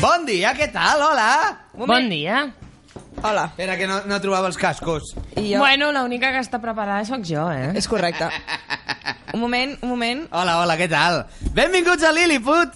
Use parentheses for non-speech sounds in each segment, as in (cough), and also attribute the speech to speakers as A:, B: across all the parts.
A: Bon dia, què tal? Hola!
B: Bon dia.
C: Hola.
A: Espera, que no, no trobava els cascos.
C: I jo...
B: Bueno, l'única que està preparada sóc jo, eh?
C: És
B: (laughs)
C: correcte. Un moment, un moment.
A: Hola, hola, què tal? Benvinguts a Lilliput!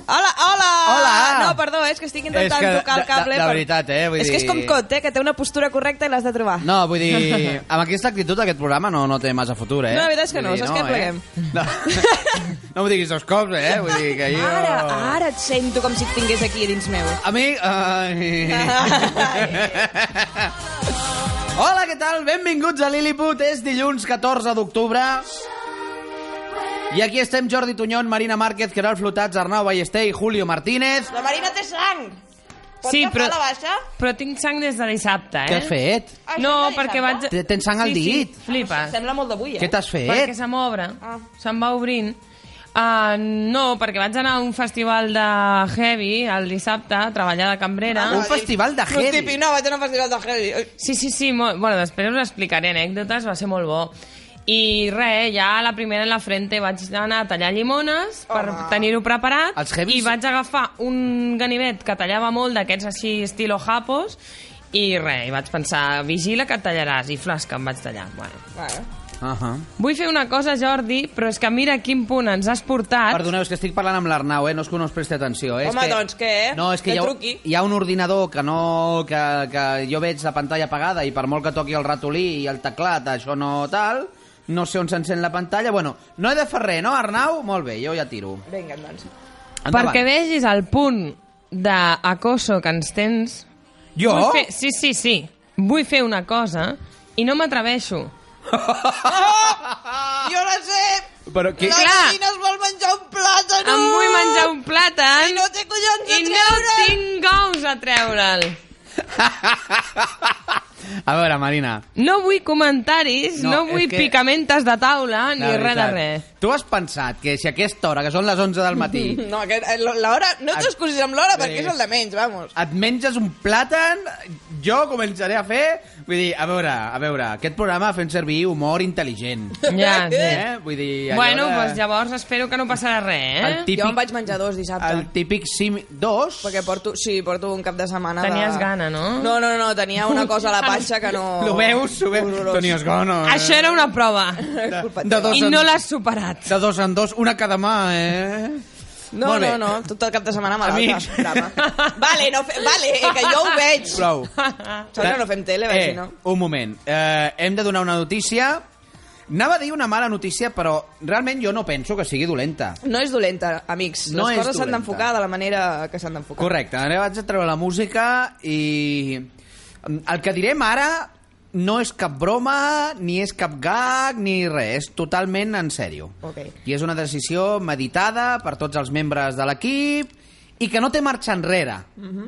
C: Hola, hola!
A: Hola!
C: No, perdó, és que estic intentant
A: És que de-
C: tocar el
A: de-
C: cable.
A: de- de
C: però-
A: veritat, eh, vull
C: és que és
A: dir-
C: com Cot, eh? Que té una postura correcta i l'has de trobar.
A: No, vull dir,
C: (laughs)
A: amb aquesta actitud aquest programa no, no té massa futur, eh?
C: No, la veritat és que no,
A: Vull dir,
C: saps què
A: Eh? No, (laughs) no m'ho diguis dos cops, eh? Vull dir que jo...
C: Ara, ara et sento com si et tingués aquí dins meu.
A: A mi... eh, Ai.
C: Ai.
A: Hola, què tal? Benvinguts a Lilliput. És dilluns 14 d'octubre. I aquí estem Jordi Tunyón, Marina Márquez, Querol Flotats, Arnau Ballester i Julio Martínez.
C: La Marina té sang! Pot
B: Sí,
C: tapar
B: però-
C: la baixa?
B: Però tinc sang des de dissabte, eh?
A: Què has fet?
C: Ah,
B: No,
C: sí,
B: perquè
C: dissabte?
B: vaig...
A: Te- tens sang al
B: sí,
A: dit.
B: Sí, flipes.
C: Sembla molt d'avui, eh?
A: Què t'has
B: Perquè
A: fet?
B: se m'obre.
C: Ah.
B: Se'm va obrint. Uh, no, perquè vaig anar a un festival de heavy el dissabte, a treballar de cambrera.
A: Un festival de
C: No,
A: heavy.
C: tipi, no, vaig anar a un festival de heavy. Ai.
B: Sí, sí, sí. Molt... Bueno, després us explicaré anècdotes, va ser molt bo. I res, ja a la primera en la frente vaig anar a tallar llimones per tenir-ho preparat
A: Els heavies-
B: i vaig agafar un ganivet que tallava molt d'aquests així estilo japos i res, i vaig pensar, vigila que et tallaràs i flasca em vaig tallar. Bueno.
C: Bueno.
A: Uh -huh.
B: Vull fer una cosa, Jordi, però és que mira quin punt ens has portat.
A: Perdoneu, és que estic parlant amb l'Arnau, eh? No és que no us presti atenció, eh?
C: Home,
A: és que...
C: doncs, què?
A: No, és que,
C: Que
A: hi ha,
C: truqui.
A: hi ha un ordinador que no... Que, que jo veig la pantalla apagada i per molt que toqui el ratolí i el teclat, això no tal, no sé on s'encén la pantalla. Bueno, no he de fer res, no, Arnau? Molt bé, jo ja tiro.
C: Vinga, doncs.
A: Endavant.
B: Perquè vegis el punt d'acoso que ens tens.
A: Jo?
B: Vull fer... Sí, sí, sí. Vull fer una cosa i no m'atreveixo.
C: Jo la sé!
A: (laughs) Però qui...
C: La
B: Clar.
C: Marina es vol menjar un plàtano!
B: Em vull menjar un plàtan
C: I no té collons de
B: i no
C: treure!
B: tinc gous a treure'l.
A: (laughs) A veure, Marina.
B: No vull comentaris,
A: No,
B: no,
A: és
B: vull
A: que-
B: picamentes de taula ni
A: la
B: res de
A: veritat.
B: res.
A: (laughs) Tu has pensat que si a aquesta hora, que són les 11 del matí,
B: (laughs)
C: No, aquest, eh, l'hora... No t'excusis amb l'hora, perquè
A: Sí.
C: és el de menys, vamos.
A: et menges un plàtan, jo començaré a fer... Vull dir, a veure, a veure, aquest programa fem servir humor intel·ligent.
B: Ja, sí.
A: Eh? Vull dir, allò
B: Bueno,
A: de...
B: doncs llavors espero que no passarà res, eh?
A: El típic,
C: Jo em vaig menjar dos dissabte.
A: el típic sim... Dos?
C: Perquè porto, sí, porto un cap de setmana
B: Tenies
C: de...
B: gana, no?
C: No, no, no, tenia una cosa a la panxa que no...
A: Lo veus? Ho veus?
C: Horrorós. (laughs)
A: Toni Osgono. eh?
B: Això era una prova.
C: És culpa
A: de
C: teva.
A: dos
B: I
A: en-
B: no l'has superat. (laughs)
A: De dos en dos, una cada mà, eh?
C: No,
A: Molt bé.
C: no, no, tot el cap de setmana
A: Amics.
C: malalta.
A: (laughs)
C: Drama. Vale, no fe... vale, eh, que jo ho veig. (laughs)
A: Prou.
C: Sort que no fem tele, va,
A: eh,
C: si no.
A: Un moment. Eh, hem de donar una notícia. Anava a dir una mala notícia, però realment jo no penso que sigui dolenta.
C: No és dolenta, amics.
A: No és
C: Les coses s'han
A: dolenta.
C: d'enfocar de la manera que s'han d'enfocar.
A: Correcte, ara vaig a treure la música i... mm, El que direm ara no és cap broma, ni és cap gag, ni res. És totalment en sèrio.
C: Ok.
A: I és una decisió meditada per tots els membres de l'equip i que no té marxa enrere.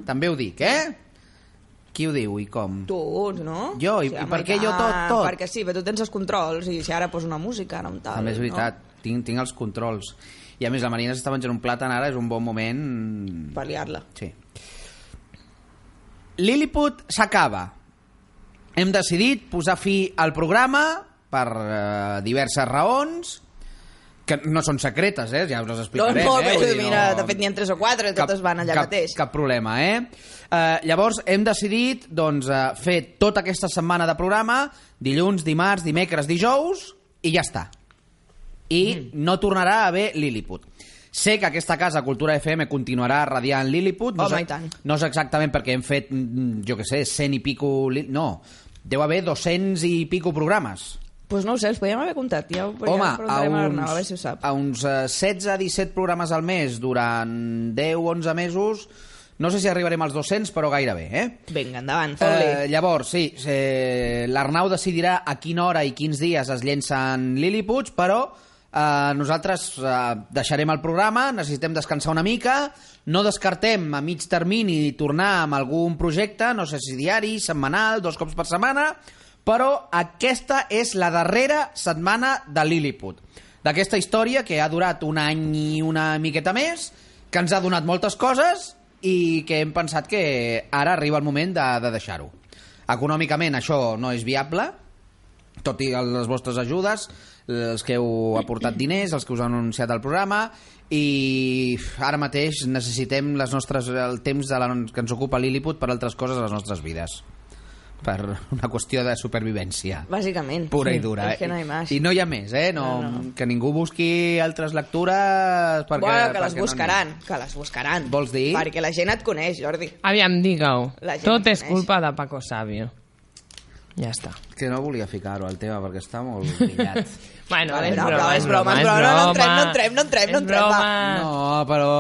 A: També ho dic, eh? Qui ho diu i com?
C: Tots, no?
A: Jo, i- i
C: home,
A: per què jo
C: tant,
A: tot, tot?
C: Perquè sí, però tu tens els controls i si ara poso una música, ara un tal...
A: També és veritat, tinc, tinc els controls. I a més, la Marina s'està menjant un plàtan ara, és un bon moment...
C: No? Per liar-la.
A: Sí. Lilliput s'acaba. Hem decidit posar fi al programa per eh, diverses raons, que no són secretes, eh? ja us les
C: No,
A: explicarem.
C: no,
A: eh? Vull
C: però
A: dir,
C: mira, de fet n'hi ha tres o quatre, i totes van allà
A: cap,
C: mateix.
A: Cap problema, eh? Uh, llavors hem decidit doncs, uh, fer tota aquesta setmana de programa, dilluns, dimarts, dimecres, dijous, i ja està. I mm. no tornarà a haver Lilliput. Sé que aquesta casa, Cultura FM, continuarà radiant Lilliput. No
C: Home,
A: sé-
C: i tant.
A: No és exactament perquè hem fet, mm, jo que sé, 100 i pico... Li- No, deu haver 200 i pico programes.
C: Pues no ho sé, els podíem haver comptat. Ja, ho- ja
A: Home,
C: ho
A: a
C: preguntarem a l'Arnau, a veure
A: uns,
C: si ho sap.
A: a uns eh, 16-17 programes al mes durant 10-11 mesos, no sé si arribarem als 200, però gairebé, eh?
C: Vinga, endavant,
A: Eh,
C: fot-li.
A: llavors, sí, eh, l'Arnau decidirà a quina hora i quins dies es llencen Lilliputs, però eh, nosaltres eh, deixarem el programa, necessitem descansar una mica, no descartem a mig termini tornar amb algun projecte, no sé si diari, setmanal, dos cops per setmana, però aquesta és la darrera setmana de Lilliput. D'aquesta història que ha durat un any i una miqueta més, que ens ha donat moltes coses i que hem pensat que ara arriba el moment de, de deixar-ho. Econòmicament això no és viable, tot i les vostres ajudes, els que heu aportat diners, els que us han anunciat el programa i ara mateix necessitem les nostres, el temps de la, que ens ocupa Lilliput per altres coses a les nostres vides per una qüestió de supervivència
C: Bàsicament.
A: pura i dura. eh?
C: És que no hi ha més.
A: I no hi ha més, eh? No, Que ningú busqui altres lectures... Perquè,
C: bueno, que
A: perquè
C: les
A: no n'hi ha.
C: buscaran, que les buscaran.
A: Vols dir?
C: Perquè la gent et coneix, Jordi.
B: Aviam, digue-ho.
C: La gent
B: Tot
C: em
B: és
C: coneix.
B: culpa de Paco Sabio. Ja està.
A: Que no volia ficar-ho al tema perquè està molt brillat.
B: Bueno,
C: Vale,
B: és
C: no,
B: broma,
C: però és broma, és broma, no entrem, no entrem, no entrem, no
B: és
C: entrem, va.
B: broma.
A: no, però...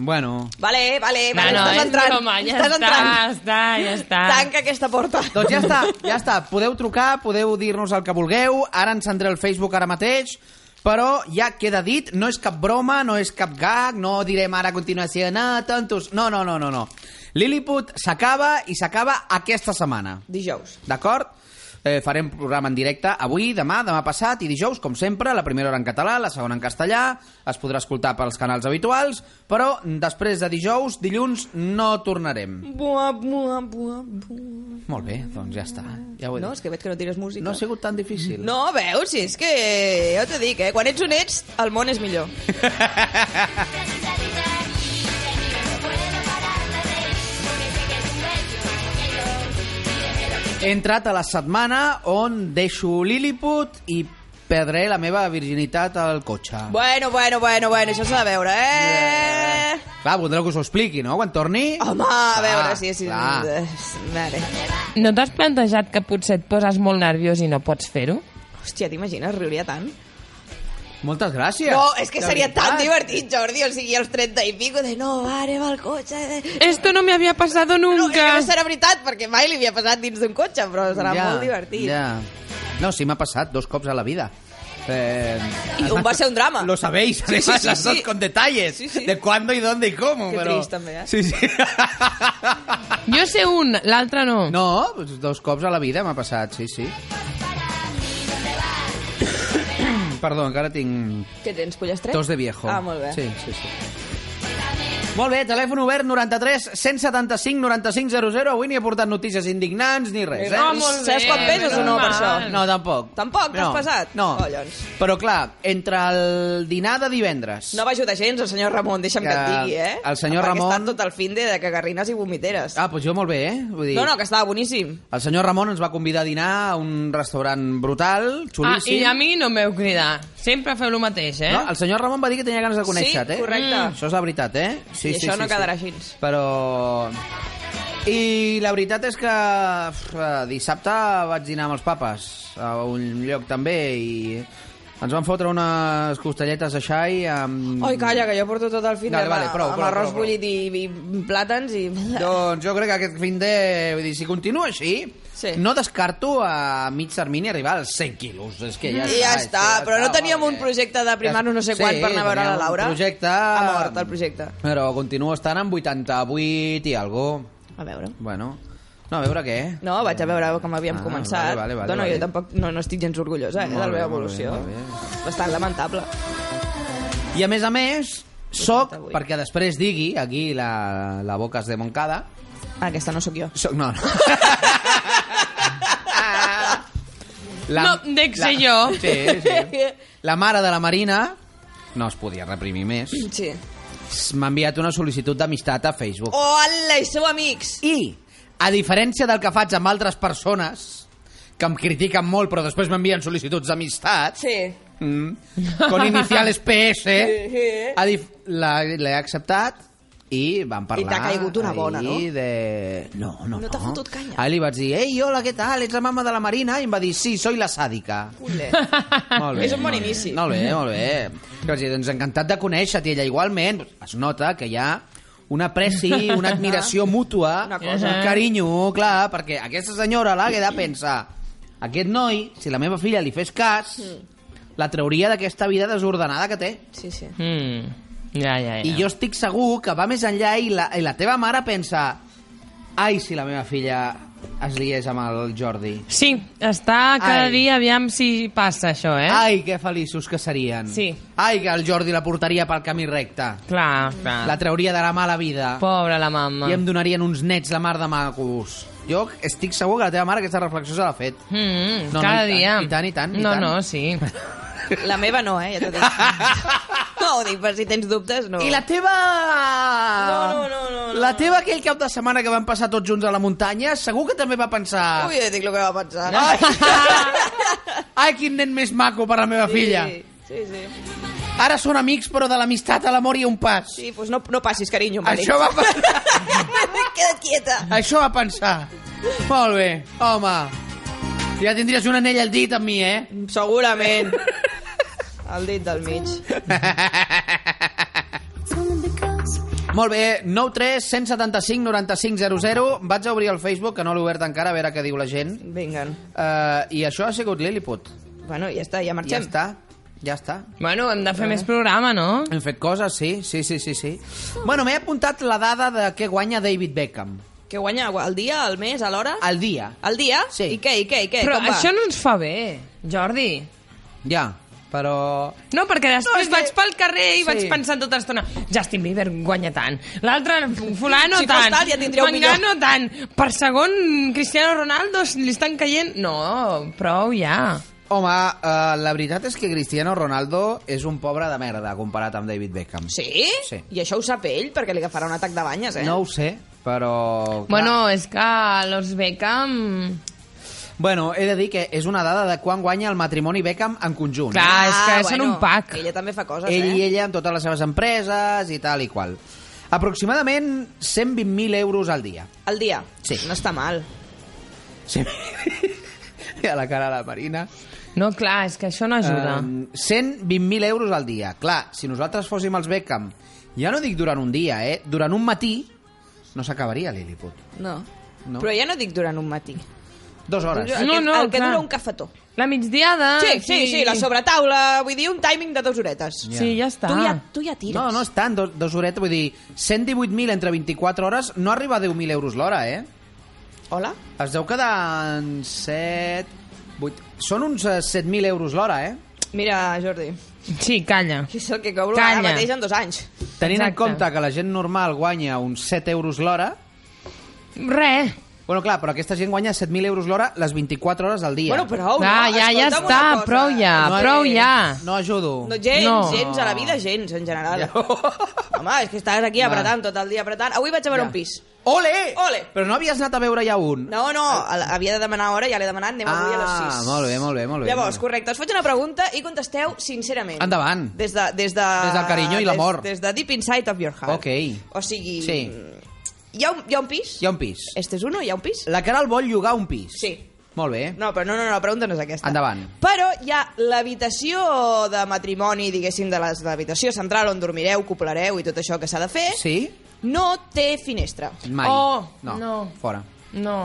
A: Bueno...
C: Vale, vale,
B: No,
C: vale
B: no,
C: estàs
B: és
C: entrant.
B: broma, ja
C: estàs
B: està,
C: entrant.
B: està, ja està.
C: Tanca aquesta porta.
A: Doncs ja està, ja està. Podeu trucar, podeu dir-nos el que vulgueu. Ara encendré el Facebook ara mateix. Però ja queda dit, no és cap broma, no és cap gag, no direm ara a continuació, no, tontos... No, no, no, no, no. Lilliput s'acaba i s'acaba aquesta setmana.
C: Dijous.
A: D'acord? Eh, farem programa en directe avui, demà, demà passat i dijous, com sempre, la primera hora en català, la segona en castellà, es podrà escoltar pels canals habituals, però després de dijous, dilluns, no tornarem.
C: Buah, buah, buah, buah.
A: Molt bé, doncs ja està. Ja ho he
C: No,
A: dit.
C: és que veig que no tires música.
A: No ha sigut tan difícil.
C: No, veus, si és que... Jo t'ho dic, eh? Quan ets un ets, el món és millor.
A: He entrat a la setmana on deixo Lilliput i perdré la meva virginitat al cotxe.
C: Bueno, bueno, bueno, bueno, això s'ha de veure, eh?
A: Clar, voldreu que us ho expliqui, no?, quan torni.
C: Home, a veure
A: Clar,
C: si... si...
A: clar.
C: Vale.
B: No t'has plantejat que potser et poses molt nerviós i no pots fer-ho?
C: Hòstia, t'imagines? Riuria tant.
A: Moltes gràcies.
C: No, és que
A: De
C: seria tan
A: veritat.
C: divertit, Jordi, o sigui, als 30 i pico, de no, vale, va el cotxe... eh.
B: Esto no me había pasado
C: No, és que
B: nunca.
C: no serà veritat, perquè mai li havia passat dins d'un cotxe, però serà molt divertit.
A: Ja. No, sí, m'ha passat dos cops a la vida. Eh,
C: I un va ser un drama.
A: Lo sabéis, además,
C: sí, sí,
A: las dos
C: sí.
A: con detalles
C: Sí, sí.
A: de cuándo y dónde y cómo.
C: Qué
A: pero...
C: trist, també, eh?
A: Sí, sí.
B: Jo sé un, l'altre no.
A: (laughs) No, doncs dos cops a la vida m'ha passat, sí, sí. (coughs) Perdó, encara tinc
C: Què tens, polles tres?
A: tos de viejo.
C: Ah, molt bé.
A: Sí, sí, sí. Molt bé, telèfon obert 93 175 95 00. Avui ni he portat notícies indignants ni res, eh?
B: No, molt bé.
C: Saps quan peses o no, per això?
B: normal.
A: No, tampoc.
C: Tampoc? T'has
A: no,
C: passat?
A: No.
C: Collons.
A: Però clar, entre el dinar de divendres...
C: No va ajudar gens el senyor Ramon, deixa'm que,
A: Que
C: et digui, eh?
A: el senyor
C: Perquè
A: Ramon-
C: està tot el fin de, de cagarrines i vomiteres.
A: Ah, doncs jo molt bé, eh? Vull dir,
C: No, no, que estava boníssim.
A: El senyor Ramon ens va convidar a dinar a un restaurant brutal,
B: Ah,
A: xulíssim.
B: i a mi no m'heu cridat. Sempre feu el mateix, eh?
A: No, el senyor Ramon va dir que tenia ganes de conèixer-te, eh?
C: correcte. Mm.
A: Això és la veritat, eh?
C: I això no quedarà així.
A: Però... I la veritat és que pf, eh, dissabte vaig dinar amb els papes a un lloc també i ens van fotre unes costelletes de xai amb...
C: Ai, calla, que jo porto tot el fin
A: Mm. Vale,
C: de
A: vale, prou,
C: amb
A: prou,
C: arròs
A: prou, prou.
C: bullit i, i plàtans i... (laughs)
A: Doncs jo crec que aquest fin de... Vull dir, si continua així,
C: Sí.
A: no descarto a mig termini arribar als 100 quilos. És que ja està,
C: I Mm-hmm. ja
A: és que
C: està, però no teníem
A: va
C: un
A: bé.
C: projecte de primar-nos no sé quan per anar a veure
A: teníem
C: la Laura.
A: Un projecte...
C: Ha mort, el projecte.
A: Però continua estant amb 88 i algo.
C: A veure.
A: Bueno, no, a veure què.
C: No, vaig a veure com havíem
A: Ah,
C: començat.
A: vale, vale, vale,
C: Dono,
A: vale.
C: jo tampoc no, no estic gens orgullosa eh, de
A: Molt
C: la
A: bé,
C: meva
A: molt bé,
C: evolució.
A: molt bé.
C: Bastant lamentable.
A: I a més a més, soc,
C: 88.
A: perquè després digui, aquí la, la boca es de Montcada,
C: Ah, aquesta no
A: (clears throat)
C: sóc jo.
A: soc... No,
B: (laughs)
A: no.
B: No, dec ser jo.
A: Sí, sí. La mare de la Marina, no es podia reprimir més,
C: Sí.
A: m'ha enviat una sol·licitud d'amistat a Facebook.
C: Hola, i sou amics!
A: I, a diferència del que faig amb altres persones, que em critiquen molt però després m'envien sol·licituds d'amistat,
C: Sí.
A: mm, con iniciales PS,
C: Sí.
A: a dif- la- l'he acceptat i vam parlar...
C: I t'ha caigut una bona,
A: ahir
C: no?
A: De... No, no,
C: No t'ha fotut canya.
A: Ahir li vaig dir, ei, hola, què tal? Ets la mama de la Marina? I em va dir, sí, soy la sàdica. (laughs)
C: Olé.
A: Molt bé,
C: Ah, És un bon
A: molt bé.
C: inici.
A: Molt bé, molt bé. Vaig dir, doncs encantat de conèixer-te, ella igualment. Doncs, Es nota que hi ha un apreci,
C: (laughs)
A: una admiració mútua,
C: Una cosa.
A: un carinyo, clar, perquè aquesta senyora l'ha de pensar. Aquest noi, si la meva filla li fes cas, la trauria d'aquesta vida desordenada que té.
C: Sí, sí.
B: Mm. Ja, ja, ja.
A: I jo estic segur que va més enllà i la, i la teva mare pensa ai, si la meva filla es liés amb el Jordi.
B: Sí, està cada
A: Ai.
B: dia, aviam si passa això, eh?
A: Ai, que feliços que serien.
B: Sí.
A: Ai, que el Jordi la portaria pel camí recte.
B: Clar,
C: Ah.
B: clar.
A: La trauria de la mala vida.
B: Pobra la mamma.
A: I em donarien uns nets la mar de macos. Jo estic segur que la teva mare aquesta reflexió se l'ha fet. No,
B: Mm,
A: no,
B: cada
A: i tant,
B: dia.
A: i tant, i tant, i
B: No,
A: tant.
B: no, sí.
C: La meva no, eh, ja t'ho
A: (laughs)
C: dic. No, ho dic per si tens dubtes, no.
A: I la teva...
C: no, no, no, no.
A: La teva aquell cap de setmana que vam passar tots junts a la muntanya, segur que també va pensar...
C: Ui, ja dic el que va pensar. (laughs)
A: Ai, Ah. (laughs) ai, quin nen més maco per a la meva filla.
C: Sí, sí.
A: Ara són amics, però de l'amistat a l'amor hi ha un pas.
C: Sí, doncs no, no passis, carinyo, marit.
A: Això va
C: (laughs)
A: pensar.
C: Queda't quieta.
A: (laughs) Això va pensar. Molt bé, home. Ja tindries un anell al dit amb mi, eh?
C: Segurament. El dit del mig.
A: Molt bé, 93 175 95 00. Vaig a obrir el Facebook, que no l'he obert encara, a veure què diu la gent.
C: Vinga.
A: Uh, I això ha sigut Lilliput.
C: Bueno, ja està, ja
A: Ja
C: marxem.
A: està, ja està.
B: Bueno, hem de fer més programa, no?
A: Hem fet coses, sí, sí, sí, sí. sí. Bueno, m'he apuntat la dada de què guanya David Beckham.
C: Que guanya el dia, el mes, a l'hora?
A: Al dia.
C: Al dia?
A: Ah. Sí.
C: I què, i què, i
A: Eh,
C: què?
B: Però
C: Com va?
B: això no ens fa bé, Jordi.
A: Ja, però...
B: No, perquè
A: No,
B: després
A: és que-
B: vaig pel carrer i
A: Sí.
B: vaig pensar tota l'estona Justin Bieber guanya tant, l'altre fulano
C: Si fos
B: tant,
C: tal, ja tindríeu
B: Mangano tant, per segon Cristiano Ronaldo li estan caient... No, prou ja.
A: Home, uh, la veritat és que Cristiano Ronaldo és un pobre de merda comparat amb David Beckham.
C: Sí?
A: Sí.
C: I això ho sap ell, perquè li agafarà un atac de banyes, eh?
A: No ho sé, però... clar.
B: Bueno, és que los Beckham...
A: bueno, he de dir que és una dada de quan guanya el matrimoni Beckham en conjunt.
B: Clar, Ah, és que són un pack.
C: Ella també fa coses,
A: Ell i
C: eh?
A: ella amb totes les seves empreses i tal i qual. Aproximadament 120.000 euros al dia.
C: Al dia.
A: Sí.
C: No està mal.
A: (laughs) Sí. a la cara de la Marina.
B: No, clar, és que això no ajuda. Um...
A: Um, 120.000 euros al dia. Clar, si nosaltres fóssim els Beckham, ja no dic durant un dia, eh? Durant un matí no s'acabaria Lilliput.
C: No.
A: No.
C: Però ja no dic durant un matí.
A: Dos hores.
C: El que,
B: No, no,
C: el que
B: clar.
C: dura un cafetó.
B: La migdiada...
C: sí, Ah, sí, sí, la sobretaula, vull dir, un timing de dues horetes.
B: Sí, ja està.
C: Tu, ja, tu ja tires.
A: No, no és tant, dos, dos horetes, vull dir, 118.000 entre 24 hores no arriba a 10.000 euros l'hora, eh?
C: Hola?
A: Es deu quedar en 7... 8... Són uns eh, 7.000 euros l'hora, eh?
C: Mira, Jordi, (laughs)
B: Sí, calla.
C: que és el que cobro
B: Calla.
C: ara mateix en dos anys.
A: Tenint en
B: Exacte.
A: compte que la gent normal guanya uns 7 euros l'hora...
B: Re.
A: Bueno, clar, però aquesta gent guanya 7.000 euros l'hora les 24 hores del dia.
C: Bueno, prou, no?
B: Ah, ja, ja
C: Escolta'm una
B: està,
C: cosa.
B: prou ja,
A: No,
B: prou
A: eh,
B: ja.
A: No ajudo.
C: No, gens,
B: No.
C: gens, a la vida gens, en general. (laughs) Home, és que estàs aquí apretant tot el dia, apretant. Avui vaig a veure
A: Ja.
C: un pis.
A: Ole!
C: Ole!
A: Però no havies anat a veure ja un?
C: No, no, a la- havia de demanar hora, ja l'he demanat, anem avui a
A: Ah,
C: les 6.
A: molt bé, molt bé, molt bé,
C: Llavors,
A: molt bé.
C: correcte, us faig una pregunta i contesteu sincerament.
A: Endavant.
C: Des, de, des, de,
A: Des del carinyo i l'amor.
C: Des, des de deep inside of your heart.
A: Ok.
C: O sigui... mm,
A: Sí.
C: Hi ha, un, hi ha un pis?
A: Hi ha un pis.
C: Este és uno? Hi ha un pis?
A: La Caral vol llogar un pis.
C: Eh. Sí.
A: Molt bé.
C: No, però no, no, no, la pregunta no és aquesta.
A: Endavant.
C: Però hi ha l'habitació de matrimoni, diguéssim, de les- de l'habitació central on dormireu, coplareu i tot això que s'ha de fer.
A: Sí?
C: No té finestra.
A: Mai.
B: Oh,
A: no.
B: no.
A: Fora.
B: No.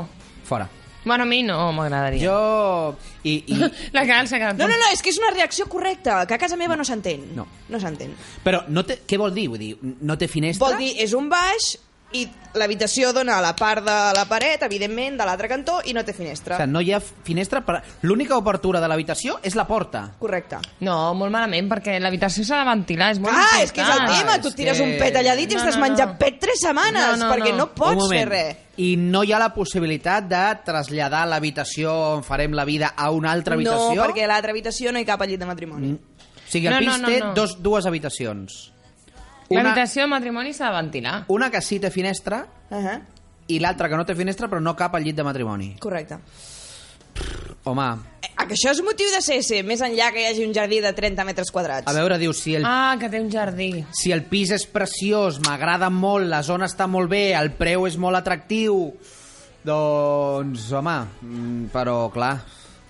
A: Fora.
B: Bueno, a mi no m'agradaria.
A: Jo... I, i...
C: (laughs)
B: (laughs) La cara s'ha quedat...
C: No, no, no, és que és una reacció correcta, que a casa meva no s'entén.
A: No.
C: No s'entén.
A: Però no té... què vol dir? Vull dir, no té finestra?
C: Vol dir, és un baix i l'habitació dona a la part de la paret, evidentment, de l'altre cantó, i no té
A: O
C: finestra.
A: sigui, no hi ha finestra per... L'única obertura de l'habitació és la porta.
C: Correcte.
B: No, molt malament, perquè l'habitació s'ha de ventilar, és molt
C: Ah,
B: important.
C: és que és el tema,
A: és
C: tu et tires
A: que-
C: un pet allà dit i
B: No,
C: estàs
B: no, no.
C: menjant pet tres setmanes,
B: No, no,
C: perquè
B: no.
C: no
A: Un
C: pots fer
A: moment.
C: res.
A: I no hi ha la possibilitat de traslladar l'habitació on farem la vida a una altra habitació?
C: No, perquè a l'altra habitació no hi cap al llit de matrimoni.
A: O sigui, el
B: No,
A: pis
B: no, no,
A: té
B: no.
A: Dos, dues habitacions.
B: L'habitació de matrimoni s'ha de ventilar.
A: una que sí té finestra
C: Uh -huh.
A: i l'altra que no té finestra però no cap al llit de matrimoni.
C: Correcte.
A: Home,
C: Eh, ah, que això és motiu de ser més enllà que hi hagi un jardí de 30 metres quadrats.
A: a veure, diu, si el,
B: Ah, que té un jardí.
A: si el pis és preciós, m'agrada molt, la zona està molt bé, el preu és molt atractiu, doncs, home, mm, però clar...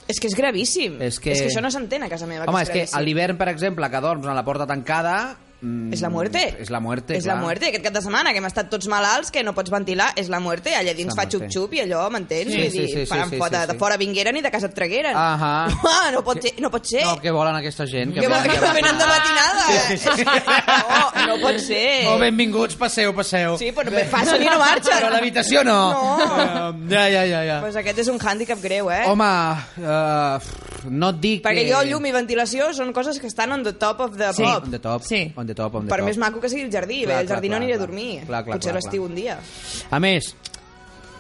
C: És que és gravíssim.
A: És que-
C: és que això no s'entén a casa meva.
A: Home, és que
C: gravíssim.
A: a l'hivern, per exemple, que dorms a la porta tancada... mm,
C: És la muerte.
A: És la muerte,
C: És la
A: clar.
C: muerte. Aquest cap de setmana, que hem estat tots malalts, que no pots ventilar, és la muerte. Allà dins
A: És la
C: fa
A: muerte.
C: xup-xup i allò, m'entens?
A: Sí,
C: Vull
A: sí,
C: dir,
A: sí, sí,
C: faran
A: sí,
C: fora-
A: sí, sí.
C: De fora vingueren i de casa et tregueren.
A: Ahà.
C: Home, no pot ser. No pot ser.
A: No, què volen aquesta gent?
C: que, vol-
A: volen
C: que
A: aquesta
C: venen de matinada.
A: Sí, sí, sí.
C: (laughs) No, no pot ser.
A: Oh, benvinguts, passeu, passeu.
C: Sí, però bé, passen i no marxen.
A: Però a l'habitació no.
C: No.
A: Eh, ja, ja, ja, ja.
C: Pues aquest és un hàndicap greu, eh?
A: Home, uh, no et dic
C: Perquè
A: que...
C: jo, llum i ventilació són coses que estan on the top of the
A: Sí,
C: pop.
A: on the top.
B: Sí.
A: On the top, on the
C: Per
A: top.
C: més maco que sigui el jardí,
A: Clar,
C: bé, el
A: clar,
C: jardí
A: clar,
C: no aniré a
A: clar.
C: dormir.
A: Clar, clar,
C: Potser
A: clar,
C: l'estiu
A: clar.
C: un dia.
A: A més,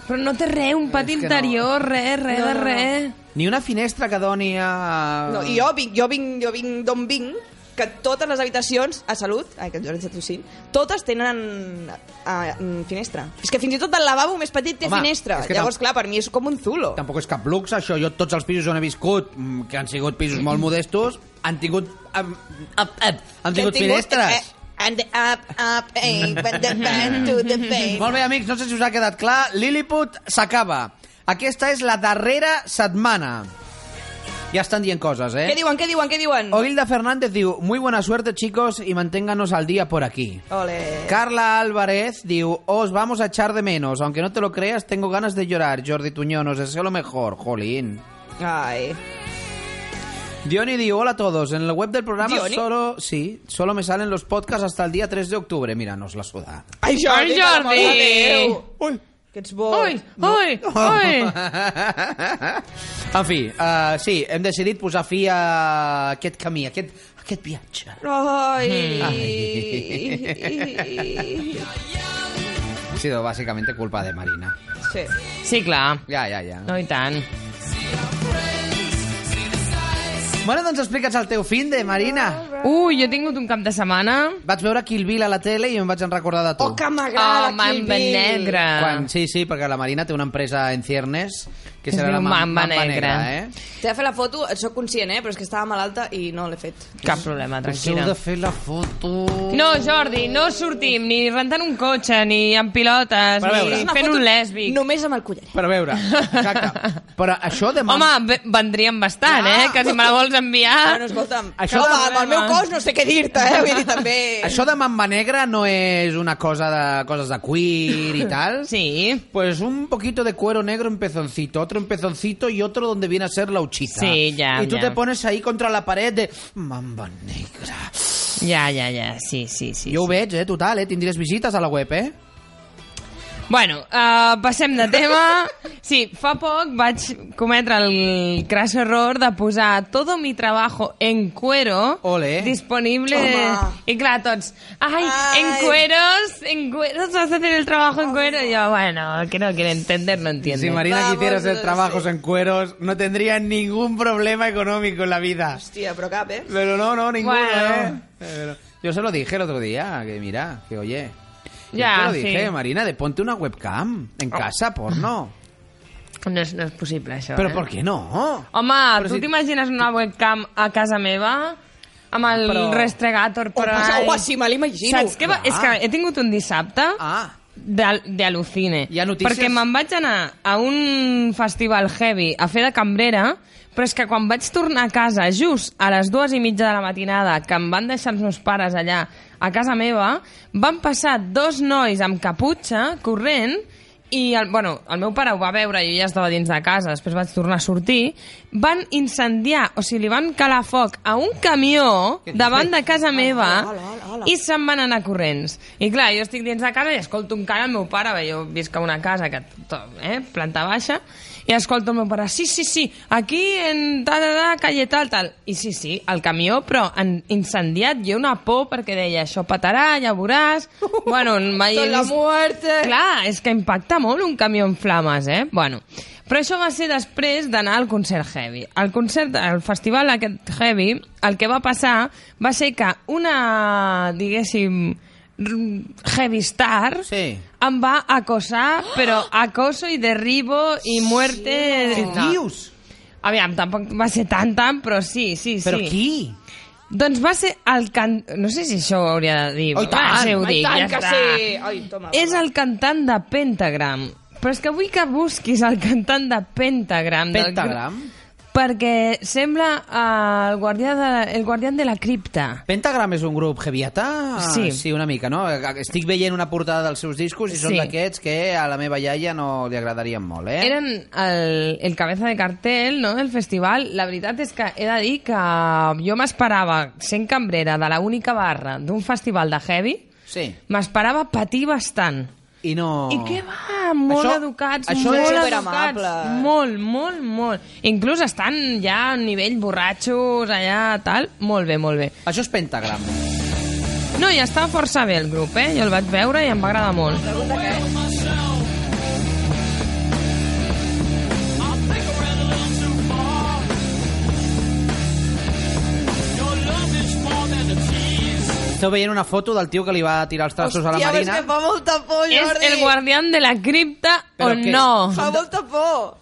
B: Però no té res, un pati
A: És que no.
B: interior, res, res
C: No,
B: de
C: no, no.
B: res.
A: Ni una finestra que doni a...
C: No, I jo vinc, jo vinc, jo vinc d'on vinc, que totes les habitacions a salut, ai, que el Jordi s'atossin, totes tenen eh, mm, finestra. És que fins i tot el lavabo més petit té
A: Home,
C: finestra.
A: és que
C: Llavors,
A: tam-
C: clar, per mi és com un zulo.
A: Tampoc és cap luxe, això. Jo tots els pisos on he viscut, mm, que han sigut pisos molt modestos, han tingut... Han, han, han, han
C: Que
A: tingut finestres.
C: Eh, and up, up, eh, but
A: (laughs)
C: the band to the pain.
A: Molt bé, amics, no sé si us ha quedat clar. Lilliput s'acaba. Aquesta és la darrera setmana. Ja estan dient coses, eh?
C: Què diuen, què diuen, què diuen?
A: Ogilda Fernández diu, muy buena suerte, chicos, y manténganos al día por aquí.
C: Ole.
A: Carla Álvarez diu, os vamos a echar de menos, aunque no te lo creas, tengo ganas de llorar, Jordi Tuñón, os deseo lo mejor, jolín.
C: Ai.
A: Diony diu, hola a todos, en la web del programa
C: ¿Diony?
A: solo, sí, solo me salen los podcasts hasta el día 3 de octubre, mira, nos la suda.
C: Ai, Jordi,
B: Ai,
C: per l'amor de
B: Jordi.
C: Déu. Que ets bo.
B: Ui, ui, ui.
A: (laughs) en fi, eh, sí, hem decidit posar fi a aquest camí, a aquest, a aquest viatge. Mm.
C: Ai.
A: Ai. Ha sido básicamente culpa de Marina.
C: Sí.
B: Sí, clar.
A: Ja, ja, ja.
B: No, i tant.
A: Bueno, doncs explica'ns el teu fin de, Marina.
B: Ui, jo he tingut un cap de setmana...
A: Vaig veure Kill Bill a la tele i em vaig en recordar de tu.
C: Oh, que m'agrada
B: Oh,
C: Kill
B: Mamba
C: Bill.
B: Negra.
A: Quan, sí, sí, perquè la Marina té una empresa en ciernes que
B: Es
A: serà la
B: diu
A: Ma-
B: Mamba Negra.
A: eh?
C: T'he de fer la foto, en sóc conscient, eh? Però és que estava malalta i no l'he fet.
B: Cap problema,
A: Si heu
B: tranquil·la.
A: de fer la foto...
B: No, Jordi, no sortim ni rentant un cotxe, ni amb pilotes,
A: Per veure.
B: ni
A: És
C: Una
B: fent
C: foto
B: un lèsbic.
C: Només amb el collaret.
A: Per veure, exacte. (laughs) Però això de
B: Home, ve- vendríem bastant, eh? Que si me la vols enviar...
C: Bueno, escolta'm,
A: Ah. Això
C: això
A: de-
C: amb el meu cos no sé què dir-te, eh? Vull dir, també...
A: Això de Mamba Negra no és una cosa de coses de cuir i tal.
B: Sí,
A: Pues un poquito de cuero negro en pezoncito, otro en pezoncito y otro donde viene a ser la uchita.
B: Sí, ya,
A: Y tú
B: ya.
A: te pones ahí contra la pared de Mamba Negra.
B: ja, ja, ja, sí, sí, sí.
A: Jo ho
B: sí.
A: veig, eh, total, eh? Tindries visites a la web, eh?
B: Bueno, uh, passem de tema. Sí, fa poc vaig cometre el crash error de posar todo mi trabajo en cuero
A: Ole.
B: disponible.
C: Toma.
B: I clar, tots, ay,
C: Ai.
B: en cueros, en cueros vas a hacer el trabajo en cuero. Y yo, bueno, el que no quiere entender, no entiende.
A: Si Marina
C: Vamos,
A: quisiera
C: sí.
A: hacer trabajos en cueros, no tendría ningún problema económico en la vida.
C: Hòstia, però cap, eh?
A: Pero no, no, ninguno,
B: Bueno.
A: ¿eh? Pero- Yo se lo dije el otro día, que mira, que oye. yo
B: Ya,
A: te lo
B: sí. Oh.
A: dije, Marina, de ponte una webcam en casa,
B: (laughs)
A: porno.
B: No és, no és possible, això.
A: Pero
B: eh?
A: ¿por qué no?
B: Home,
A: Però
B: tu
A: si-
B: t'imagines una webcam a casa meva? Amb el
A: Però-
B: restregator per
C: Però,
B: ahí?
C: oh, així me l'imagino.
B: Saps què va?
A: Clar.
B: És que he tingut un dissabte
A: Ah,
B: d'al- de alucine.
A: Hi ha notícies?
B: Perquè me'n vaig anar a un festival heavy a fer de cambrera, però és que quan vaig tornar a casa, just a les dues i mitja de la matinada, que em van deixar els meus pares allà a casa meva, van passar dos nois amb caputxa, corrent, i el, bueno, el meu pare ho va veure, jo ja estava dins de casa, després vaig tornar a sortir, van incendiar, o sigui, li van calar foc a un camió davant de casa meva
C: Hola, hola, hola.
B: i se'n van anar corrents. I clar, jo estic dins de casa i escolto encara el meu pare, bé, jo visc a una casa que, to- eh, planta baixa, i escolto el meu pare, sí, sí, sí, aquí en ta, ta, ta, calle tal, tal. I sí, sí, el camió, però en incendiat, jo una por perquè deia, això petarà,
C: (laughs)
B: ja veuràs... Bueno, mai he
C: Tot la
B: vist-
C: muerte.
B: Clar, és que impacta molt un camió en flames, eh? Bueno, però això va ser després d'anar al concert Heavy. El concert, el festival aquest Heavy, el que va passar va ser que una, diguéssim, r- heavy star
A: Sí.
B: em va acosar,
C: (gasps)
B: però acoso i derribo i muerte...
A: ¿qué
B: No.
A: dios?
B: Aviam, tampoc va ser tan tan, però sí, sí, sí.
A: ¿Pero qué?
B: Doncs va ser el can... No sé si això ho hauria de dir.
A: Oh, i tant!
B: Va, sí, ho
C: Ai,
B: dic,
C: tant
B: ja
C: que
B: està.
C: sí. Ai, toma, va,
B: És
C: va.
B: el cantant de Pentagram. Però és que vull que busquis el cantant de Pentagram. del
A: Pentagram?
B: grup, Perquè sembla eh, el, guardià de, el guardián de la cripta.
A: Pentagram és un grup heavyata?
B: Sí.
A: Sí, una mica, no? Estic veient una portada dels seus discos i són
B: Sí.
A: d'aquests que a la meva iaia no li agradarien molt, eh?
B: Eren el, el cabeza de cartell no, del festival. La veritat és que he de dir que jo m'esperava sent cambrera de la única barra d'un festival de heavy,
A: Sí.
B: m'esperava patir bastant.
A: I no...
B: I què va? Molt
A: Això-
B: educats,
A: això
B: molt
A: és
B: educats.
C: superamables.
B: Molt, molt, molt. Inclús estan ja a un nivell borratxos, allà, tal. Molt bé, molt bé.
A: Això és Pentagram.
B: No, ja està força bé el grup, eh? Jo el vaig veure i em va agradar molt.
A: Esteu veient una foto del tio que li va tirar els trastos a la
C: Hòstia, però és
A: Marina.
C: que fa molta por,
B: ¿Es
C: Jordi.
B: el guardián de la cripta
A: Però
B: o
A: què?
B: no?
C: Fa molta por.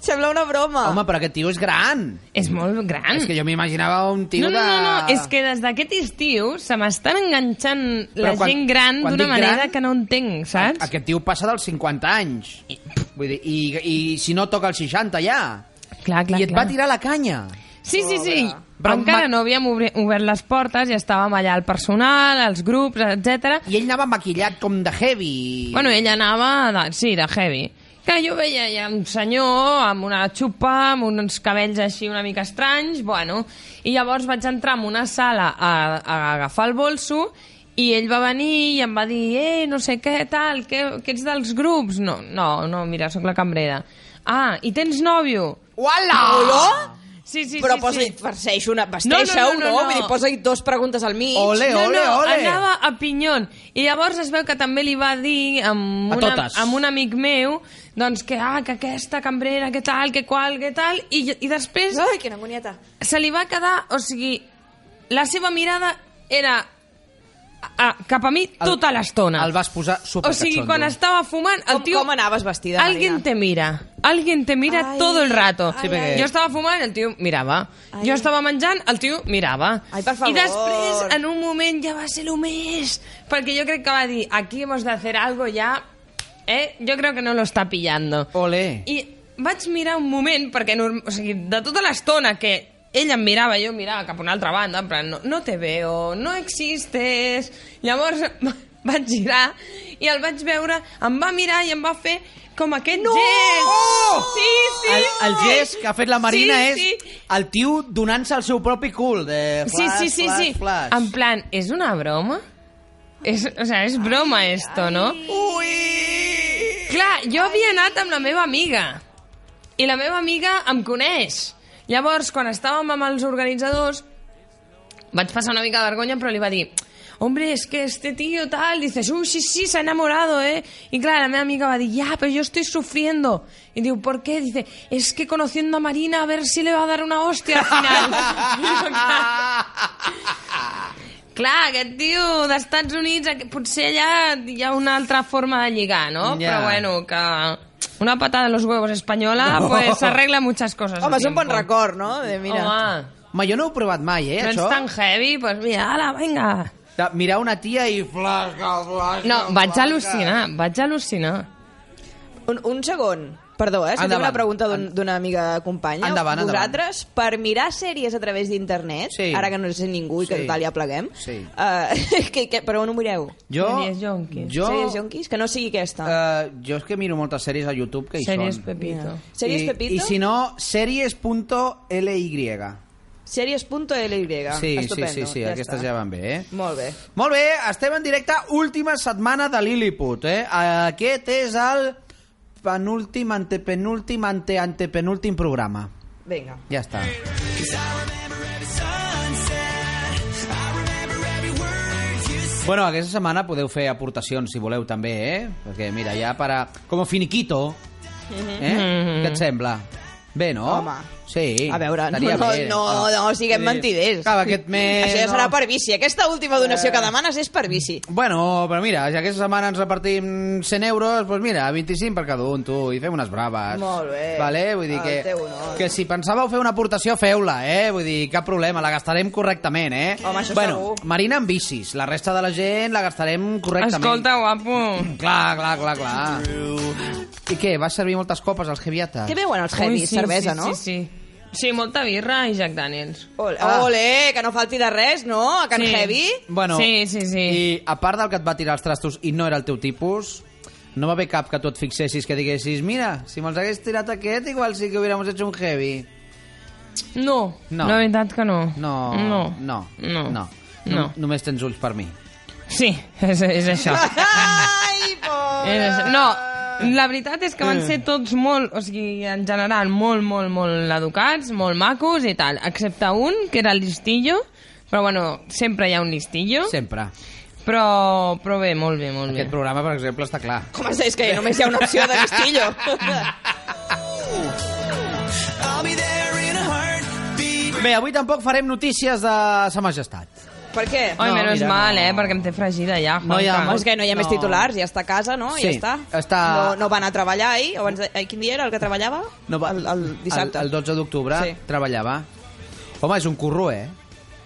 C: Sembla una broma.
A: Home, però aquest tio és gran.
B: És molt gran.
A: És que jo m'imaginava un tio
B: no, no,
A: de...
B: no, no, és que des d'aquest estiu se m'estan enganxant la
A: Però quan-
B: gent gran
A: quan
B: d'una
A: dic
B: manera
A: gran,
B: que no entenc, saps?
A: Aquest tio passa dels 50 anys. Vull dir, i, i si no toca els 60 ja.
B: Clar, clar,
A: I et
B: clar.
A: va tirar la canya.
B: Sí, sí, sí.
A: Però
B: Però encara
A: ma-
B: no havíem obri- obert les portes i estàvem allà al personal, als grups, etc.
A: I ell anava maquillat com de heavy.
B: Bueno, ella anava, de, sí, de heavy. Que jo veia ja un senyor amb una xupa, amb uns cabells així una mica estranys, bueno, i llavors vaig entrar en una sala a, a agafar el bolso i ell va venir i em va dir eh, no sé què, tal, que, que ets dels grups? No, no, no, mira, sóc la cambrera. Ah, i tens nòvio?
C: Uala! Olor?
B: Sí, sí,
C: però
B: sí.
C: posa-hi,
B: sí.
C: farceix una...
B: no,
C: Vesteixa-ho,
B: no,
C: no?
B: no.
C: Vull dir, posa-hi dos preguntes al mig.
A: Ole,
B: no,
A: ole,
B: no,
A: ole.
B: anava a Pinyon. I llavors es veu que també li va dir amb,
A: A
B: una,
A: totes.
B: amb un amic meu doncs que, ah, que aquesta cambrera, que tal, que qual, que tal, i, i després
C: Ai, quina agonieta.
B: se li va quedar, o sigui, la seva mirada era a, a, cap a mi tota l'estona.
A: El vas posar
B: O
A: supercachondo.
B: sigui, quan estava fumant, el
C: Com,
B: tio...
C: com anaves vestida,
B: Alguien
C: Marina?
B: te mira. Alguien te mira
C: Ai,
B: todo el rato.
A: Sí, perquè-
B: Jo estava fumant, el tio mirava.
C: Ai.
B: Jo estava menjant, el tio mirava.
C: Ai, per favor.
B: I després, en un moment, ja va ser lo més... Perquè jo crec que va dir, aquí hemos de hacer algo ya... Eh? Jo crec que no lo está pillando.
A: Ole.
B: I vaig mirar un moment, perquè norm... o sigui, de tota l'estona que ella em mirava, jo mirava cap a una altra banda, en plan, no, no te veo, no existes... Llavors (laughs) vaig girar i el vaig veure, em va mirar i em va fer com aquest no! gest. Sí, sí,
A: El, el
B: sí.
A: gest que ha fet la Marina
B: sí,
A: és
B: Sí.
A: el tio donant-se el seu propi cul. De
B: Sí,
A: flash,
B: sí, sí,
A: flash,
B: sí.
A: Flash.
B: En plan, és una broma? És, o sea, és broma esto, no?
A: Ui!
B: Clar, jo havia anat amb la meva amiga i la meva amiga em coneix. Llavors, quan estàvem amb els organitzadors, vaig passar una mica de vergonya, però li va dir hombre, es que este tío tal, dices, uy, sí, sí, se ha enamorado, ¿eh? Y claro, la mi amiga va a decir, ya, pero yo estoy sufriendo. Y digo, ¿por qué? Dice, es que conociendo a Marina, a ver si le va a dar una hostia al (laughs) final. Clar, aquest tio d'Estats Units, aqu- potser allà hi ha una altra forma de lligar, no?
A: Ja.
B: Però bueno, que una patada en los huevos española
A: No.
B: pues arregla muchas cosas.
C: Home,
B: a
C: és un bon
B: tiempo.
C: record, no? De, mira.
B: Home,
A: (laughs) Ma, jo no ho he provat mai, eh,
B: no ets
A: això.
B: tan heavy, pues mira, ala, venga.
A: De mirar una tia i flasca, flasca,
B: No, vaig
A: flasca.
B: al·lucinar, vaig al·lucinar.
C: Un, un segon. Perdó, eh? Si tinc
A: Endavant.
C: una pregunta d'un- d'una amiga companya.
A: Endavant, endavant.
C: Vosaltres, per mirar sèries a través d'internet,
A: Sí.
C: ara que no sé ningú i que
A: Sí.
C: total ja pleguem,
A: Sí.
C: eh, (laughs) que, que, però on ho mireu?
A: Jo,
B: Sèries jonquis.
A: jo,
C: Sèries jonquis? Que no sigui aquesta.
A: eh, jo és que miro moltes sèries a YouTube que hi
B: Sèries
A: són.
B: Pepito.
C: Sèries
A: I,
C: Pepito?
A: I si no, sèries.ly.
C: Sèries.ly.
A: Sí, sí,
C: Estupendo.
A: sí, sí,
C: ja
A: aquestes
C: està.
A: ja van bé, eh?
C: Molt bé.
A: Molt bé, estem en directe, última setmana de Lilliput, eh? Aquest és el penúltim, antepenúltim, ante, antepenúltim programa.
C: Vinga.
A: Ja està. Bueno, aquesta setmana podeu fer aportacions, si voleu, també, eh? Perquè, mira, ja para... Com finiquito, eh?
B: Mhm.
A: Què et sembla? Bé, no?
C: Home.
A: Sí.
C: A veure, no,
A: estaria
C: no,
A: bé. Ah,
C: no, no, siguem mentiders.
A: Acaba aquest mes...
C: Això ja
A: no? Eh.
C: serà per bici. Aquesta última donació que demanes és per bici.
A: Bueno, però mira, si aquesta setmana ens repartim 100 euros, doncs mira, 25 per cada un, tu, i fem unes braves.
C: Molt bé. Ah,
A: Vale? Vull dir
C: El
A: que,
C: teu honor.
A: que si pensàveu fer una aportació, feu-la, eh? Vull dir, cap problema, la gastarem correctament, eh?
C: Home, això
A: bueno,
C: segur.
A: Marina amb bicis, la resta de la gent la gastarem correctament.
B: Escolta, guapo.
A: Clar, clar, clar, clar. I què, vas servir moltes copes als heaviates?
C: Què veuen els heavy?
B: Ui, sí,
C: Cervesa,
B: sí,
C: no?
B: Sí, sí. Sí, molta birra i Jack Daniels.
C: Ole,
A: Ah.
C: ole, que no falti de res, no? A Can
B: Sí.
C: Heavy?
A: Bueno,
B: Sí, sí, sí.
A: I a part del que et va tirar els trastos i no era el teu tipus, no va haver cap que tu et fixessis que diguessis mira, si me'ls hagués tirat aquest, igual sí que hubiéramos hecho un heavy.
B: No,
A: No.
B: la veritat que no.
A: No,
B: no,
A: no,
B: no.
A: no.
B: no.
A: Nom- Només tens ulls per mi.
B: Sí, (laughs) és, és
A: (laughs)
B: això.
C: Ai,
B: és
C: pobre!
B: això. No,
A: Eh.
B: la veritat és que van ser tots molt, o sigui, en general, molt, molt, molt educats, molt macos i tal, excepte un, que era el listillo, però bueno, sempre hi ha un listillo, sí.
A: Sempre.
B: però, però bé, molt bé, molt
A: Aquest
B: bé.
A: programa, per exemple, està clar.
C: Com és és que només hi ha una opció de Castillo?
A: (laughs) Bé, avui tampoc farem notícies de Sa Majestat.
C: Per què?
B: Ai,
A: No,
B: menos
A: mira,
B: mal,
A: no.
B: eh? Perquè em té fregida ja,
A: No hi ha
B: Juanca.
A: molt-
C: És que no hi ha més
A: No.
C: titulars, ja està a casa, no? I
A: Sí,
C: ja està.
A: està-
C: No, no va anar a treballar ahir, abans de... eh, quin dia era el que treballava? el, el dissabte.
A: El, el 12 d'octubre
C: Sí.
A: treballava. Home, és un curro, eh?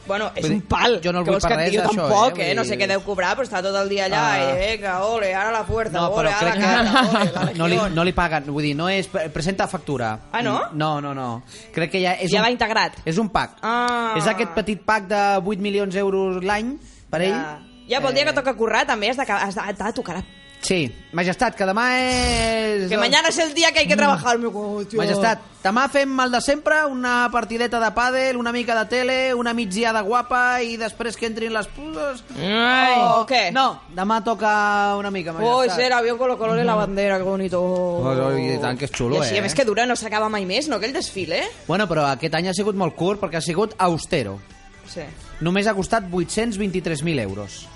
C: Bueno, és
A: Vull dir,
C: un pal.
A: jo no el
C: Què
A: vull
C: vols
A: per
C: que et
A: res,
C: digui? jo
A: això,
C: tampoc,
A: eh?
C: eh?
A: Vull
C: No
A: dir-
C: sé què deu cobrar, però està tot el dia allà.
A: Ah.
C: i venga, ole, ara la puerta,
A: No, però
C: ole, ara
A: crec
C: la casa,
A: (laughs)
C: ole, la
A: que no li,
C: legión.
A: no li paguen. Vull dir, no és... pre- Presenta factura.
C: Ah, no?
A: No, no, no. Crec que ja és
C: Ja
A: un...
C: va integrat.
A: És un pack.
C: Ah.
A: És aquest petit pack de 8 milions d'euros l'any per ell. Eh,
C: Ja, ja vol dir que toca currar, també has de, has de, has de tocar. la-
A: Sí. Majestat, que demà és... Mm.
C: Que mañana es el día que hay que trabajar, meu "Oh, hòstia.
A: Majestat, demà fem el de sempre, una partideta de pàdel, una mica de tele, una migdiada guapa i després que entrin les puses...
B: Ai.
C: Oh. o què?
A: No, demà toca una mica,
C: Oi,
A: majestat.
C: ser avión con los colores de la bandera, que bonito.
A: Oh, oh, i tant, que és xulo,
C: I així,
A: eh?
C: a més que dura, no s'acaba mai més, no, aquell desfile?
A: Bueno, però aquest any ha sigut molt curt perquè ha sigut austero.
C: Sí.
A: Només ha costat 823.000 euros.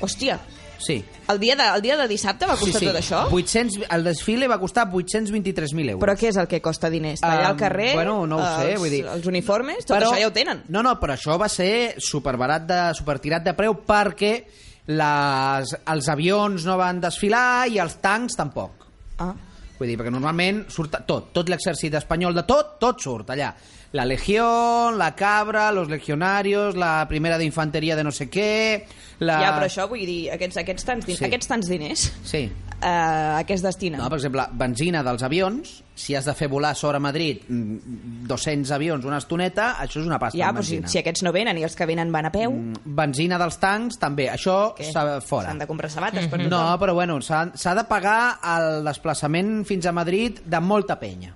C: Hòstia,
A: Sí.
C: el dia de, el dia de dissabte va costar
A: sí, sí.
C: tot això?
A: 800, el desfile va costar 823.000 euros.
C: Però què és el que costa diners? Tallar
A: Um,
C: al carrer?
A: bueno, no ho sé,
C: els,
A: vull dir-
C: Els uniformes? Tot això ja ho tenen.
A: No, no, però això va ser superbarat de, supertirat de preu perquè les, els avions no van desfilar i els tancs tampoc.
C: Ah.
A: Vull dir, perquè normalment surt tot, tot l'exèrcit espanyol de tot, tot surt allà. La Legió, la Cabra, los legionarios, la primera d'infanteria de no sé què... La...
C: Ja, però això vull dir, aquests, aquests, tants, din
A: Ah. Sí.
C: aquests tants diners,
A: Sí.
C: eh, a què es destinen?
A: No, per exemple, benzina dels avions, si has de fer volar sobre Madrid mm, 200 avions una estoneta, això és una pasta
C: ja,
A: en
C: però si,
A: benzina.
C: si aquests no venen i els que venen van a peu,
A: Mm, Benzina dels tancs, també. Això
C: què?
A: s'ha fora. Mm-hmm.
C: s'han de comprar sabates per
A: No, però bueno, s'ha s'ha de pagar el desplaçament fins a Madrid de molta penya.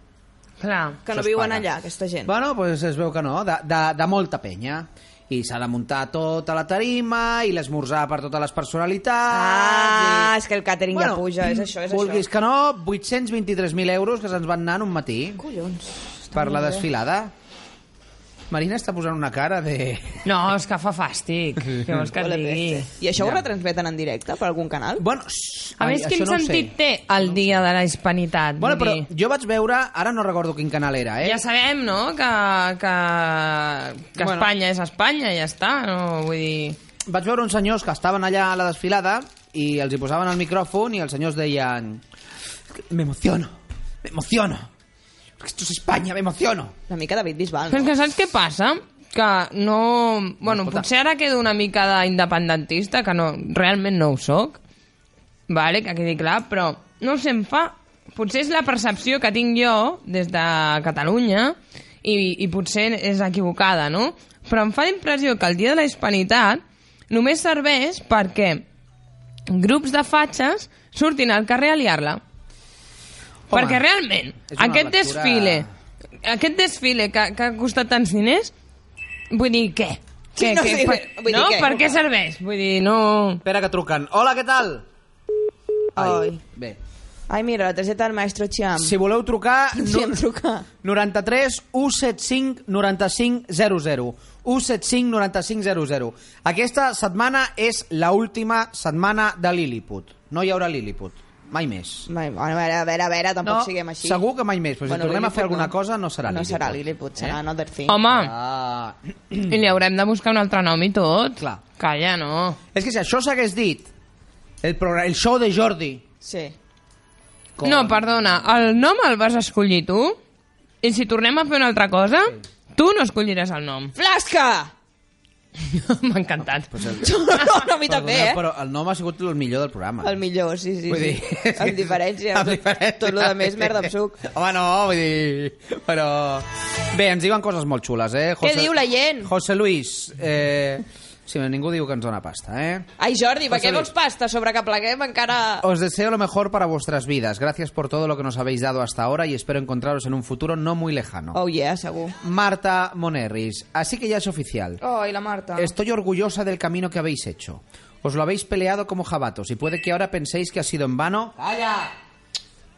B: Clar.
C: que
A: Això
C: no
A: es
C: viuen
A: paga.
C: allà, aquesta gent.
A: Bueno, pues es veu que no, de, de, de molta penya. I s'ha de muntar tota la tarima i l'esmorzar per totes les personalitats.
C: Ah,
A: i...
C: és que el càtering ja puja, és això, és
A: vulguis
C: això.
A: que no, 823.000 euros que se'ns van anar en un matí
C: Collons.
A: per la desfilada. Marina està posant una cara de...
B: No, és que
A: (laughs)
B: fa fàstic. Què vols que et
C: Ole,
B: digui?
C: peste. I això ho retransmeten en directe per algun canal?
A: Bueno, xxxt,
B: A
A: ai,
B: més, quin
A: això no ho sé.
B: sentit té el dia de la hispanitat?
A: Bueno,
B: Vull
A: però
B: dir,
A: jo vaig veure, ara no recordo quin canal era, eh?
B: Ja sabem, no?, que, que, que
A: Bueno.
B: Espanya és Espanya, ja està, no? Vull dir...
A: Vaig veure uns senyors que estaven allà a la desfilada i els hi posaven el micròfon i els senyors deien me emociono, me emociono, porque esto es España, me emociono.
C: Una mica David Bisbal,
B: Però és
C: no?
B: que saps què passa? Que no... Bueno,
A: escolta.
B: potser ara quedo una mica d'independentista, que no, realment no ho sóc, vale, que quedi clar, però no ho sé, em fa... Potser és la percepció que tinc jo des de Catalunya i, i potser és equivocada, no? Però em fa la impressió que el Dia de la Hispanitat només serveix perquè grups de fatxes surtin al carrer a liar-la. Perquè realment,
A: és una
B: aquest
A: lectura-
B: desfile, aquest desfile que, que ha costat tants diners, vull dir, què?
C: Sí,
B: Què-
C: no
B: què-
C: sé,
B: per,
C: vull dir,
B: no?
C: què?
B: per què serveix? Vull dir, no...
A: Espera que truquen. Hola, què tal?
C: Ai.
A: Bé.
C: Ai, mira, la targeta del maestro Chiam.
A: Si voleu trucar,
C: (laughs) Sí,
A: no,
C: em truca.
A: 93 175 95 00 175 95 00 Aquesta setmana és la última setmana de Lilliput. No hi haurà Lilliput. Mai més.
C: Mai- Bueno, a veure, a veure, a veure, tampoc siguem així.
A: Segur que mai més, però si
C: Bueno,
A: tornem a fer
C: Lilliput
A: alguna
C: no.
A: cosa no serà
C: No
A: Lilliput.
C: serà Lilliput, serà
A: Eh?
C: another thing.
B: Home,
A: Ah.
B: i li haurem de buscar un altre nom i tot.
A: Clar.
B: Calla, no.
A: És que si això s'hagués dit, el, programa, el show de Jordi...
C: Sí.
A: com-
B: No, perdona, el nom el vas escollir tu? I si tornem a fer una altra cosa, tu no escolliràs el nom. (laughs)
C: Flasca! (laughs)
B: M'ha encantat.
A: Pues el,
C: No, no, no, a
A: perdoneu,
C: mi també, eh?
A: Però el nom ha sigut el millor del programa.
C: El millor, sí, sí.
A: Vull
C: (laughs) sí.
A: dir...
C: Amb diferència.
A: Amb diferència.
C: Tot, tot lo de més, merda amb suc.
A: Home, no, vull dir... Però... Bé, ens diuen coses molt xules, eh?
C: Què diu la gent?
A: José Luis, eh... Sí, però ningú diu que ens dona pasta, eh?
C: Ai, Jordi, per
A: José
C: què
A: Luis.
C: vols pasta sobre que pleguem encara...
A: Os deseo lo mejor para vuestras vidas. Gracias por todo lo que nos habéis dado hasta ahora y espero encontraros en un futuro no muy lejano.
C: Oh, yeah, segur.
A: Marta Monerris, así que ya es oficial.
C: Oh, i la Marta.
A: Estoy orgullosa del camino que habéis hecho. Os lo habéis peleado como jabatos y puede que ahora penséis que ha sido en vano.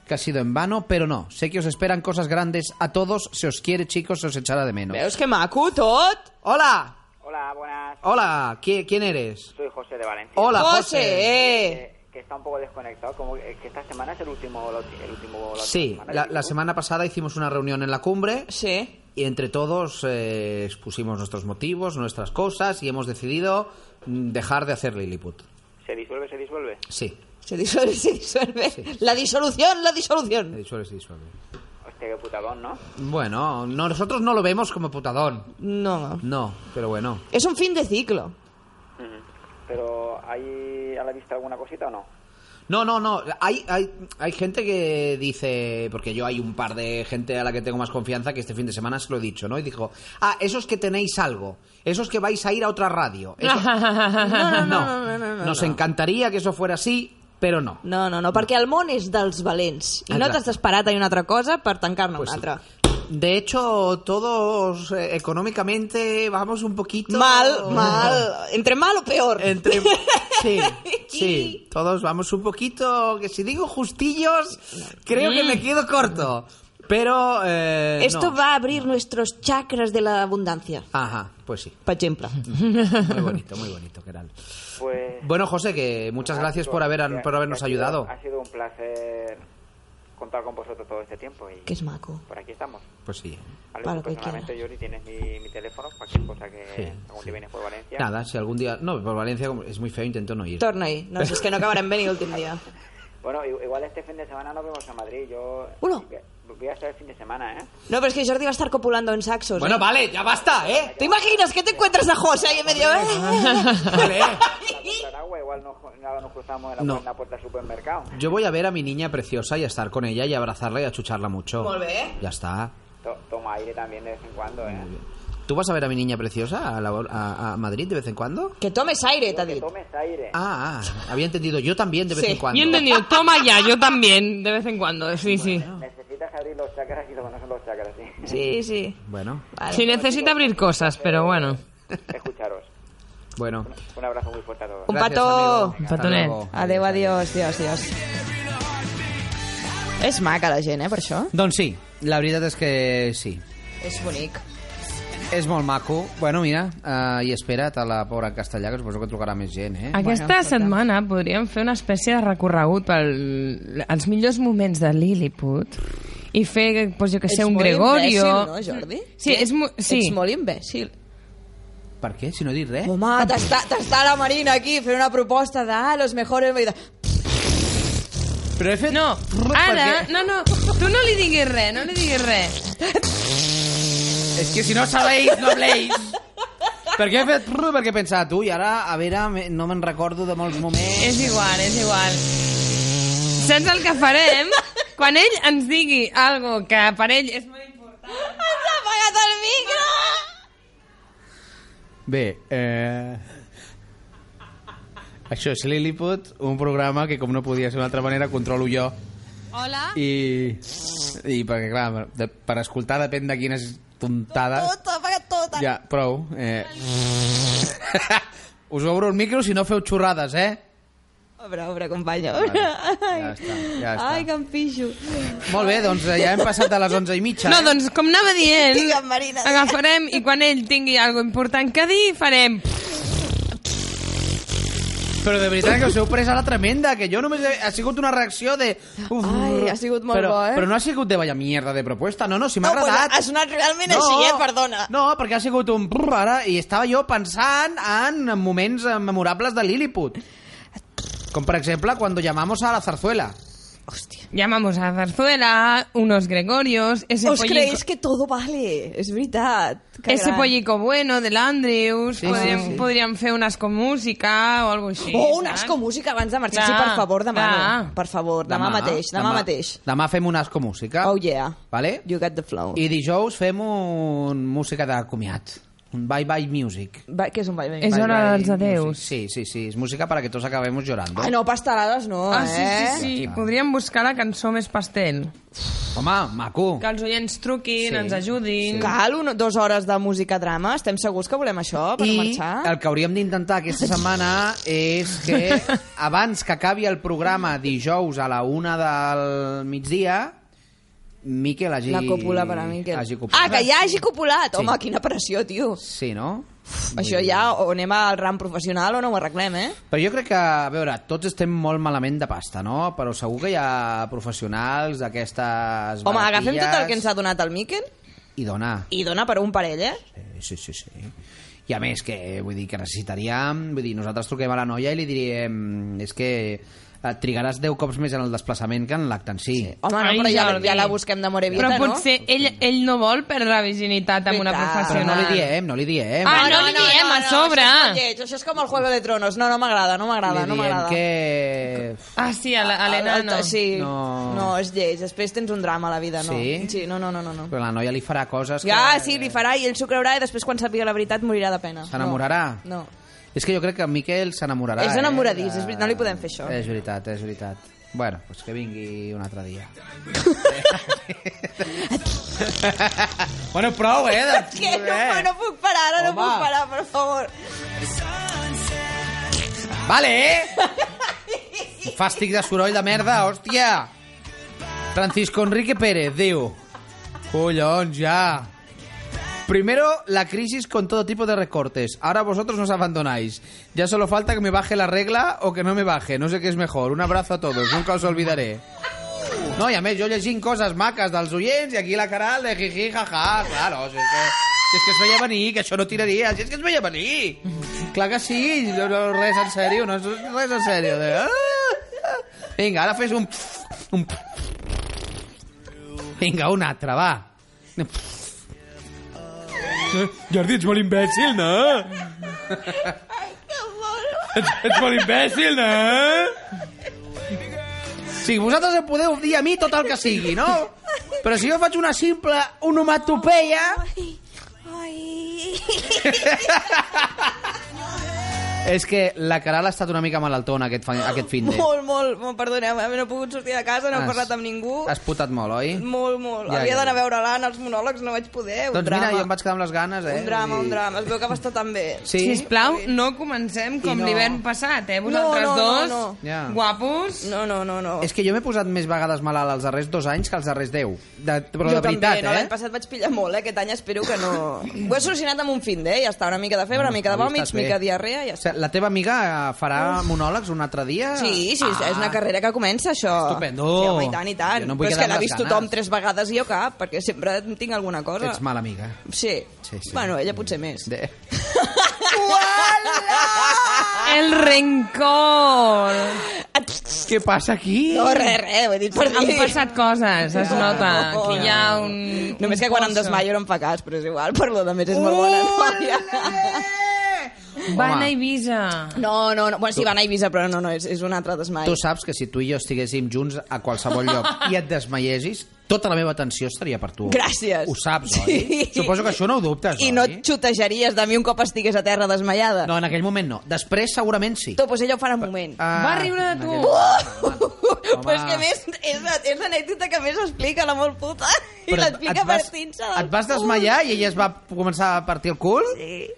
A: Que ha sido en vano, pero no. Sé que os esperan cosas grandes. A todos se os quiere, chicos, se os echará de menos.
C: Veus que maco tot?
A: ¡Hola!
D: Hola, buenas.
A: ¡Hola! ¿Qui- ¿Quién eres?
D: Soy José de Valencia.
A: ¡Hola,
C: José!
A: José!
D: Eh, que está un poco desconectado, como que que esta semana es el último... la ulti- El último la
A: Sí,
D: última
A: la,
D: del
A: la
D: grupo.
A: semana pasada hicimos una reunión en la cumbre
C: Sí.
A: y entre todos eh, expusimos nuestros motivos, nuestras cosas y hemos decidido mm, dejar de hacer Lilliput.
D: ¿Se disuelve, se disuelve?
A: Sí,
C: Se disuelve, (laughs) se disuelve. La disolución, la
A: se
C: disolución.
A: disuelve, se disuelve.
D: Hostia, qué putadón, ¿no?
A: Bueno, no- nosotros no lo vemos como putadón.
C: No.
A: No, pero bueno.
C: Es un fin de ciclo.
D: Pero, ¿hay a la vista alguna cosita o no?
A: No, no, no. Hay, hay, hay gente que dice. Porque yo hay un par de gente a la que tengo más confianza que este fin de semana se lo he dicho, ¿no? Y dijo: Ah, esos que tenéis algo. Esos que vais a ir a otra
C: (laughs)
A: radio. Eso-
C: No, no, no, no, no, no, no,
A: Nos
C: no.
A: encantaria que eso fuera así, pero no.
C: No, no, no, perquè el món és dels valents. I no
A: Exacte.
C: t'has d'esperar a tenir una altra cosa per tancar-ne
A: Pues
C: una
A: sí.
C: altra.
A: De hecho, todos eh, económicamente vamos un poquito.
C: Mal, mal. Entre mal o peor. (laughs)
A: Entre... Eh, Sí, sí, todos vamos un poquito. Que si digo justillos, creo que me quedo corto. Pero. eh, no.
C: Mm. Esto va a abrir nuestros chakras de la abundancia.
A: Ajá, pues sí.
C: Per exemple.
A: Muy bonito, muy bonito, Keral.
D: Pues...
A: Bueno, José, que muchas gracias por, haber, por habernos
D: ha sido-
A: ayudado.
D: Ha sido un placer contar con vosotros todo este tiempo y
C: Que és maco.
D: por aquí estamos.
A: Pues sí.
D: Vale,
C: Para
D: tú
C: lo que
D: personalmente,
C: quieras.
D: Yuri, tienes mi, mi teléfono, cualquier cosa que
A: Sí,
D: algún día vienes por Valencia.
A: Nada, si algún día. No, por Valencia como es muy feo, intento no ir.
C: Torna-hi. No, és que no acabarem bé ni l'últim dia.
D: Bueno, i- igual este fin de semana nos vemos en Madrid. Yo
C: Uno.
D: voy a estar el fin de semana, ¿eh?
C: No, pero es que Jordi va a estar copulando en saxos.
A: Bueno,
C: ¿eh?
A: vale, ya basta, ¿eh?
C: ¿Te imaginas que te encuentras a José ahí en medio?
A: Vale.
D: A comprar agua, igual nos, nada, nos cruzamos en la,
A: No.
D: en la puerta del supermercado.
A: Yo voy a ver a mi niña preciosa y a estar con ella y abrazarla y a chucharla mucho.
C: Molt bé.
A: Ya está.
D: To- toma aire también de vez en cuando, ¿eh?
A: ¿Tú vas a ver a mi niña preciosa a, la- a- a Madrid de vez en cuando?
C: (laughs) Que tomes aire, te ha
D: Que
C: dit.
D: tomes aire.
A: Ah, ah, había entendido. Yo también de vez
C: Sí.
A: en cuando.
B: Yo he entendido, toma ya, yo también, de vez en cuando, sí, sí.
D: Necesitas abrir los chakras y lo que no son los chakras, sí.
A: (laughs)
C: Sí, sí.
A: Bueno,
B: Sí, necesita abrir cosas, pero bueno.
D: Escucharos.
A: bueno.
D: Un abrazo muy fuerte a todos.
C: Un
A: Gracias,
C: petó.
A: amigo.
B: Un
A: Hasta
B: petonet.
A: luego.
C: Adeu, adiós, adiós, adiós. És maca la gent, eh, per això.
A: Doncs sí, la veritat és que sí.
C: És bonic.
A: És molt maco. Bueno, mira, eh, i espera't a la pobra en castellà, que suposo que trucarà més gent, eh?
B: Aquesta
C: Bueno,
B: bueno,
C: escolta.
B: setmana podríem fer una espècie de recorregut pel, els millors moments de Lilliput i fer, doncs jo que sé,
C: Ets
B: un
C: molt
B: Gregorio...
C: imbècil, no, Jordi?
B: Sí, és, mo- sí.
C: Ets molt imbècil.
A: Per què? Si no he dit res.
C: Home, t'està t'està la Marina aquí fent una proposta de ah, los mejores... i de-
A: Però he fet...
B: No, ara...
A: Perquè-
B: No, no, tu no li diguis res, no li diguis res.
A: És que si no sabeu, no habléis. Perquè he fet... prr, Perquè he pensat, ui, ara, a veure, me- no me'n recordo de molts moments...
B: És igual, és igual. Saps el que farem? Quan ell ens digui algo que per ell és molt important...
C: Ens ha apagat el micro!
A: Bé, eh... Això és Lilliput, un programa que, com no podia ser d'una altra manera, controlo jo.
B: Hola?
A: I, i perquè, clar, de, per escoltar depèn de quines tontades...
C: Tot, ha apagat tot.
A: Ja, prou. Eh... (laughs) Us obro el micro si no feu xorrades, eh?
C: Obre, obre, companya, obre. (laughs)
A: Vale, ja està, ja està.
C: Ai, que em pixo.
A: Molt bé, doncs eh, ja hem passat a les 11 i mitja. eh?
B: No, doncs com anava dient,
C: Digue'm, Marina.
B: agafarem i quan ell tingui algo important que dir, farem...
A: Però de veritat que us heu pres a la tremenda, que jo només he... ha sigut una reacció de... Uf,
C: Ai, ha sigut molt
A: però,
C: bo, eh?
A: Però no ha sigut de vaya mierda de proposta, no, no, si m'ha
C: No, pues,
A: agradat.
C: ha sonat realment així, eh? Perdona.
A: No, perquè ha sigut un... brr, Ara, I estava jo pensant en moments eh, memorables de Lilliput. Com, per exemple, quan llamamos a la zarzuela.
C: Hòstia.
B: Llamamos a Zarzuela, unos Gregorios, ese
C: Us
B: pollico-
C: creéis que todo vale. És veritat. Que
B: Ese
C: gran.
B: pollico bueno de l'Andrews,
A: Sí, sí,
B: sí, podríem,
A: sí.
B: sí, sí. podríem fer un asco música o alguna cosa així.
C: Oh, un
B: saps?
C: asco música abans de marxar. Sí,
B: Clar,
C: per favor, demano.
B: clar.
C: Per favor, demà, mateix, demà, mateix.
A: Demà fem un asco música.
C: Oh, yeah.
A: Vale?
C: You got the flow.
A: I dijous fem un música de comiat. Un bye-bye music.
C: Va, què és un ball?
B: És
A: Bye
B: hora
A: Bye
B: dels
A: Music.
B: adeus.
A: Sí, sí, sí. Es música para que todos acabemos llorando.
C: Ah, no, pastelades no,
B: Ah, sí,
C: eh?
B: sí, sí. Podríem buscar la cançó més pastel.
A: Home, maco.
B: Que els oients truquin,
A: Sí.
B: sí. ens ajudin... Sí.
C: Cal un, dues hores de música drama? Estem segurs que volem això per
A: I
C: marxar?
A: el que hauríem d'intentar aquesta setmana és que
B: (laughs)
A: abans que acabi el programa dijous a la una del migdia Miquel hagi...
C: La cúpula per a Miquel.
A: Hagi copulat.
C: ah, que ja hagi copulat!
A: Sí.
C: Home, quina pressió, tio.
A: Sí, no?
C: Això ja o anem al ram professional o no ho arreglem, eh?
A: Però jo crec que, a veure, tots estem molt malament de pasta, no? Però segur que hi ha professionals d'aquestes
C: Home, agafem
A: baratilles
C: tot el que ens ha donat el Miquel
A: I dona.
C: i dona per un parell, eh?
A: Sí, sí, sí. I a més, que vull dir que necessitaríem... Vull dir, nosaltres truquem a la noia i li diríem... És que eh, trigaràs 10 cops més en el desplaçament que en l'acte en si. Sí.
C: Home, no,
B: Ai,
C: però ja,
B: Jordi.
C: ja la busquem de Morevita,
B: Però
C: no?
B: potser ell, ell no vol perdre virginitat amb una
C: Veritat.
A: Però no
B: professional.
A: li diem, no li diem.
B: Ah, no li diem, a
C: Això
B: sobre.
C: és, molt lleig, això és com el Juego de Tronos. No, no m'agrada, no m'agrada,
A: li
C: no
A: diem
C: m'agrada.
A: que...
B: Ah, sí, a la- a
C: El-
B: l'Helena
C: el-
B: no.
C: Sí,
A: No.
C: no. no, és lleig. Després tens un drama a la vida, no?
A: Sí?
C: sí no, no, no, no. no.
A: Però la noia li farà coses que...
C: Ja, sí, li farà i ell s'ho creurà i després quan sàpiga la veritat morirà de pena.
A: S'enamorarà?
C: No.
A: És que jo crec que en Miquel s'enamorarà.
C: És enamoradís,
A: eh?
C: és veri- no li podem fer això.
A: És veritat, és veritat. Bueno, doncs que vingui un altre
C: (laughs)
A: dia. (laughs) bueno, prou, eh? De...
C: És (laughs) que no, no puc parar, ara no
A: Home.
C: puc parar, per favor.
A: Vale, eh? Un Fàstic de soroll de merda, hòstia! Francisco Enrique Pérez diu... Collons, ja! Primero la crisis con todo tipo de recortes. Ahora vosotros nos abandonáis. Ya solo falta que me baje la regla o que no me baje. No sé qué es mejor. Un abrazo a todos. Nunca os olvidaré. No, i a més, jo llegint coses maques dels oients i aquí la Caral de jiji, jaja, claro, si és que, si és que es veia venir, que això no tiraria, si és que es veia venir. Clar que sí, no, no, res en sèrio, no és res en sèrio. De... ah, ah. Vinga, ara fes un... un... Vinga, un altre, va. Jordi, ets molt imbècil, no? Ets, ets molt imbècil, no? Sí, vosaltres em podeu dir a mi tot el que sigui, no? Però si jo faig una simple onomatopeia... És que la Caral ha estat una mica malaltona aquest, fa- aquest fin de...
C: Molt, molt, molt, perdoneu, eh, no he pogut sortir de casa, no he
A: Has-
C: parlat amb ningú.
A: Has putat molt, oi?
C: Molt, molt.
A: Ja,
C: Havia
A: ja,
C: d'anar a
A: ja.
C: veure-la en els monòlegs, no vaig poder. Un
A: Doncs
C: drama.
A: mira, jo em vaig quedar amb les ganes, eh?
C: Un drama,
A: Vull
C: un
A: dir-
C: drama. Es veu que va estar tan bé.
A: Sí?
B: Sisplau, no comencem com
A: no.
B: l'hivern passat, eh? Vosaltres
C: No, no, no,
B: dos,
C: no.
A: Ja.
B: guapos.
C: No, no, no, no.
A: És que jo m'he posat més vegades malalt els darrers dos anys que els darrers deu. De, però
C: jo
A: de veritat,
C: també, no? L'any
A: eh?
C: passat vaig pillar molt, eh? Aquest any espero que no... Ho he solucionat amb un fin, eh? Ja està, una mica de febre, una mica de
A: Avui
C: vòmits,
A: estàs bé.
C: mica de diarrea,
A: O
C: ja està.
A: sigui, la teva amiga farà monòlegs un altre dia?
C: Sí, sí, ah. és una carrera que comença, això.
A: Estupendo.
C: Sí, home, i tant, i tant.
A: Jo no em vull
C: Però
A: quedar
C: és que
A: amb
C: l'ha
A: les
C: vist tothom
A: ganes.
C: tres vegades i jo cap, perquè sempre tinc alguna cosa.
A: Ets mala amiga.
C: Sí.
A: Sí, sí.
C: Bueno, ella potser més.
A: De...
B: El rencor.
A: Què passa aquí?
C: No, res, res, ho he dit per
B: Han
C: dir.
B: passat coses, es nota. Que hi ha un...
C: Només
B: un
C: que quan em
B: fosso.
C: desmaio no em fa cas, però és igual, per lo de més és molt bona noia.
B: Va
A: Home.
B: anar a Ibiza.
C: No, no, no. Bueno, sí, va anar a Ibiza, però no, no, és, és un altre desmai.
A: Tu saps que si tu i jo estiguéssim junts a qualsevol
C: (laughs)
A: lloc i et desmaiessis, tota la meva atenció estaria per tu.
C: Gràcies.
A: Ho saps, oi?
C: Sí.
A: Suposo que això no ho dubtes,
C: I
A: oi?
C: no et xutejaries de mi un cop estigués a terra desmaiada.
A: No, en aquell moment no. Després segurament sí.
C: Tu, doncs ella ho fa en un moment.
A: Ah,
B: Va riure de tu.
C: (laughs) Però és que a més, és, la- és l'anècdota que més explica la molt puta. (laughs) I
A: Però et-
C: l'explica
A: et vas-
C: partint-se del
A: Et vas
C: cul.
A: desmaiar i ella es va començar a partir el cul?
C: Sí,